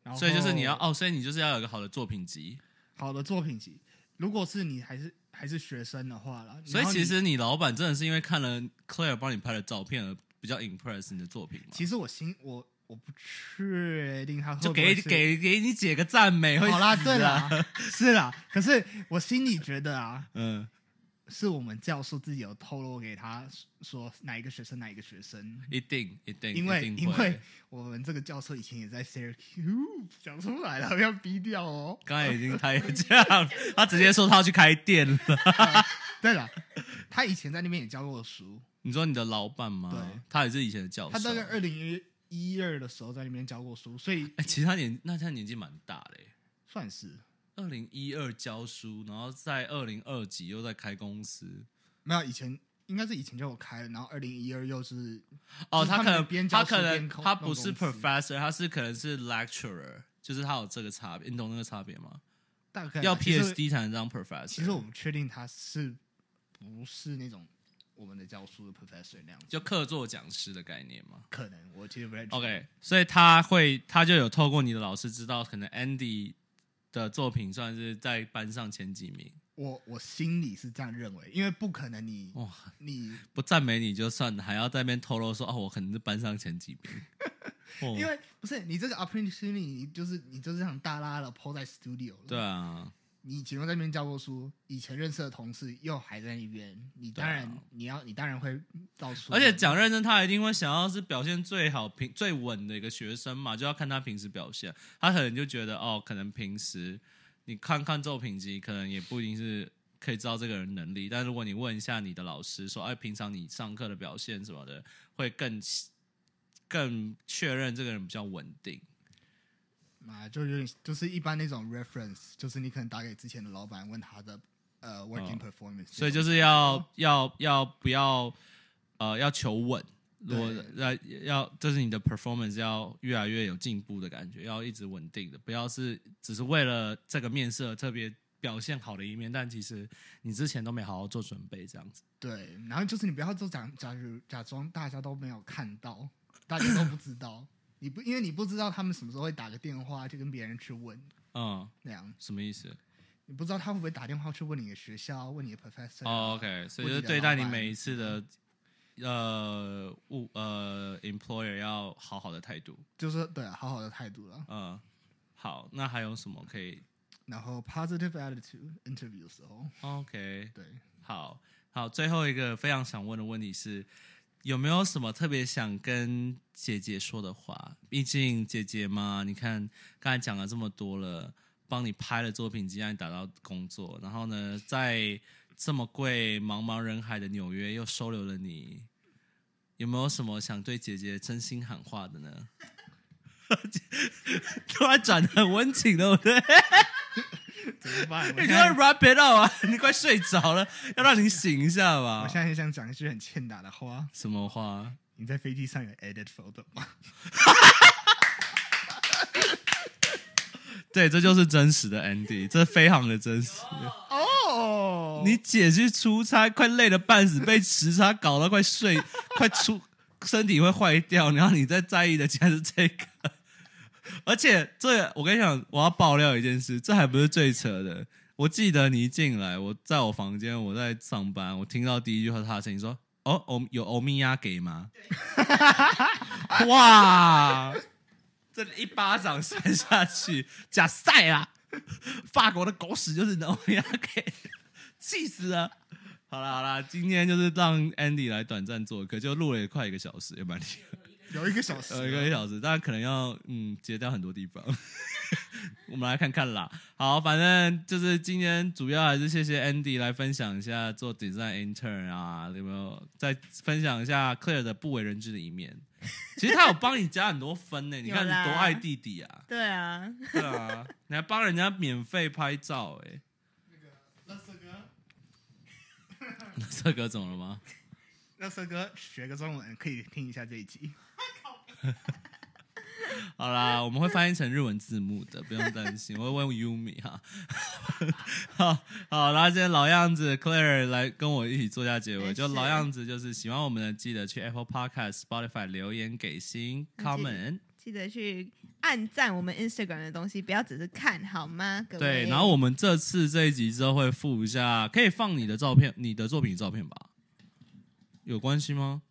Speaker 3: 然后
Speaker 1: 所以就是你要哦，所以你就是要有一个好的作品集。
Speaker 3: 好的作品集。如果是你还是还是学生的话啦，
Speaker 1: 所以
Speaker 3: 然后你
Speaker 1: 其实你老板真的是因为看了 Claire 帮你拍的照片而比较 impress 你的作品嘛？
Speaker 3: 其实我心我我不确定他会
Speaker 1: 就
Speaker 3: 不会
Speaker 1: 给
Speaker 3: 是
Speaker 1: 给给你姐个赞美，会
Speaker 3: 好啦，
Speaker 1: 死
Speaker 3: 对
Speaker 1: 啊，
Speaker 3: 啦，是啦。可是我心里觉得啊，
Speaker 1: 嗯，
Speaker 3: 是我们教授自己有透露给他说哪一个学生哪一个学生，
Speaker 1: 一定一定，
Speaker 3: 因
Speaker 1: 一
Speaker 3: 为
Speaker 1: 定
Speaker 3: 因
Speaker 1: 会
Speaker 3: 为我们这个教授以前也在 Syracuse 讲出来了，要低调哦。
Speaker 1: 刚才已经他也这样，他直接说他要去开店了。
Speaker 3: 对了，他以前在那边也教过书，
Speaker 1: 你说你的老板吗
Speaker 3: 对？
Speaker 1: 他也是以前的教
Speaker 3: 他
Speaker 1: 授。
Speaker 3: 大概二零一二的时候在那边教过书，所以
Speaker 1: 哎、其实他年那他年纪蛮大的耶，
Speaker 3: 算是
Speaker 1: 二零一二教书，然后在二零二几又在开公司。
Speaker 3: 没有以前。应该是以前就有开了，然后二零一二又是
Speaker 1: 哦，
Speaker 3: 就是
Speaker 1: 他
Speaker 3: 他们
Speaker 1: 可能
Speaker 3: 边
Speaker 1: 他
Speaker 3: 教书
Speaker 1: 可能
Speaker 3: 边控
Speaker 1: 他不是
Speaker 3: 弄公司
Speaker 1: professor，他是可能是 lecturer，就是他有这个差别，你懂那个差别吗？
Speaker 3: 大概
Speaker 1: 要
Speaker 3: 啊其实
Speaker 1: PhD 才能当 professor。
Speaker 3: 其实我们确定他是不是那种我们的教书的 professor 那样子，
Speaker 1: 就客座讲师的概念嘛。
Speaker 3: 可能我其实不太确定
Speaker 1: OK，所以他会，他就有透过你的老师知道，可能 Andy 的作品算是在班上前几名。
Speaker 3: 我我心里是这样认为，因为不可能你
Speaker 1: 哇，
Speaker 3: 你，
Speaker 1: 不赞美你就算了，还要在那边透露说哦，我可能是班上前几
Speaker 3: *laughs*
Speaker 1: 名。哦
Speaker 3: 因为不是你这个 opportunity，你就是你就是这样大拉了抛在 studio 了。
Speaker 1: 对，啊，
Speaker 3: 你以前又在那边教过书，以前认识的同事又还在那边，你当然、
Speaker 1: 对啊
Speaker 3: 你要你当然会到处，
Speaker 1: 而且讲认真，他一定会想要是表现最好、平最稳的一个学生嘛，就要看他平时表现。他可能就觉得哦，可能平时你看看作品集，可能也不一定是可以知道这个人能力。但如果你问一下你的老师说，哎，平常你上课的表现什么的，会更更确认这个人比较稳定。
Speaker 3: 啊，就有点就是一般那种 reference，就是你可能打给之前的老板问他的呃
Speaker 1: 哦
Speaker 3: working performance，、
Speaker 1: 所以就是要要要不要呃要求稳，如果要要就是你的 performance 要越来越有进步的感觉，要一直稳定的，不要是只是为了这个面试而特别表现好的一面，但其实你之前都没好好做准备，这样子。
Speaker 3: 对，然后就是你不要都假假如假装大家都没有看到，大家都不知道，你不因为你不知道他们什么时候会打个电话去跟别人去问
Speaker 1: 嗯，
Speaker 3: 那样，
Speaker 1: 什么意思？
Speaker 3: 你不知道他会不会打电话去问你的学校，问你的 professor
Speaker 1: 哦、
Speaker 3: 啊、
Speaker 1: o k 所以就是
Speaker 3: 问你的
Speaker 1: 对待
Speaker 3: 老
Speaker 1: 你
Speaker 3: 板
Speaker 1: 每一次的呃物呃 employer 要好好的态度。
Speaker 3: 就是对，好好的态度了。
Speaker 1: 嗯，好，那还有什么可以
Speaker 3: 然后 positive attitude interview 的时候，
Speaker 1: ？OK，
Speaker 3: 对，
Speaker 1: 好好，最后一个非常想问的问题是，有没有什么特别想跟姐姐说的话？毕竟姐姐嘛，你看刚才讲了这么多了，帮你拍了作品集，让你打到工作，然后呢，在这么贵茫茫人海的纽约又收留了你，有没有什么想对姐姐真心喊话的呢？突然转的很温情，对不对？
Speaker 3: *laughs* 怎么 *laughs* 办？我
Speaker 1: 你
Speaker 3: 现
Speaker 1: 就要
Speaker 3: 在
Speaker 1: wrap it up 啊！你快睡着了，要让你醒一下吧。
Speaker 3: 我现在很想讲一句很欠打的话，
Speaker 1: 什么话？
Speaker 3: 你在飞机上有 edit photo 吗？
Speaker 1: 对，这就是真实的 Andy，这非常的真实。
Speaker 3: 哦
Speaker 1: 你姐去出差，快累得半死，被时差搞到快睡，快出身体会坏掉，然后你再在意的竟然是这个。 *laughs* 而且这我跟你讲，我要爆料一件事，这还不是最扯的。我记得你一进来，我在我房间，我在上班，我听到第一句话是他的声音说：“哦，欧有欧米亚给吗？”哇！这一巴掌扇下去，假赛啦！法国的狗屎就是欧米亚给，气死了！好啦好啦，今天就是让 Andy 来短暂做客，就录了也快一个小时，也蛮厉 *laughs* 害。
Speaker 3: 有一个小时
Speaker 1: 呃，一个
Speaker 3: 了，
Speaker 1: 小时，但可能要嗯截掉很多地方。 *laughs* 我们来看看啦。好，反正就是今天主要还是谢谢 Andy 来分享一下做 design intern 啊，有没有再分享一下 Claire 的不为人知的一面？其实他有帮你加很多分呢、你看你
Speaker 2: 有啦
Speaker 1: 多爱弟弟啊，
Speaker 2: 对啊，
Speaker 1: 对啊， *laughs* 你还帮人家免费拍照哎、 *laughs*
Speaker 3: 乐色哥，
Speaker 1: 那这个怎么了吗？
Speaker 3: 乐色哥学个中文可以听一下这一集。
Speaker 1: 好啦，我们会翻译成日文字幕的，不用担心。我会问 Yumi 哈。 *laughs* 好好，然后今天老样子，Claire 来跟我一起做一下结尾。
Speaker 2: 没事
Speaker 1: 就老样子，就是喜欢我们的，记得去 Apple Podcast、Spotify 留言给星
Speaker 2: 记得
Speaker 1: comment。
Speaker 2: 嗯记得去按赞我们 Instagram 的东西，不要只是看好吗？各位
Speaker 1: 对，然后我们这次这一集之后会附一下，可以放你的照片、你的作品照片吧？有关系吗？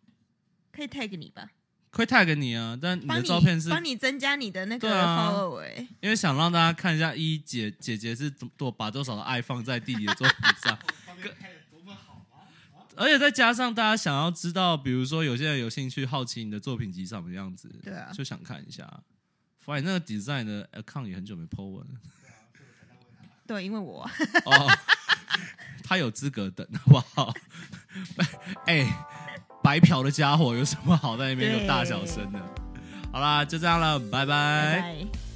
Speaker 2: 可以 tag 你吧，
Speaker 1: 可以 tag 你啊，但你
Speaker 2: 帮
Speaker 1: 的
Speaker 2: 你
Speaker 1: 照片是
Speaker 2: 帮你增加你的那个
Speaker 1: 对啊
Speaker 2: follow 哎、
Speaker 1: 因为想让大家看一下一姐姐姐是多多把多少的爱放在弟弟的作品上。
Speaker 3: 方面开的多么好吗？
Speaker 1: 而且再加上大家想要知道，比如说有些人有兴趣好奇你的作品集长什么样子，
Speaker 2: 对啊
Speaker 1: 就想看一下。反正那个 design 的 account 也很久没 po 文了
Speaker 2: 对，因为我啊
Speaker 1: 哦，他有资格等，好不好？ *laughs* 哎、白嫖的家伙有什么好在那边有大小声的？好啦，就这样了，拜拜
Speaker 2: *laughs* 拜拜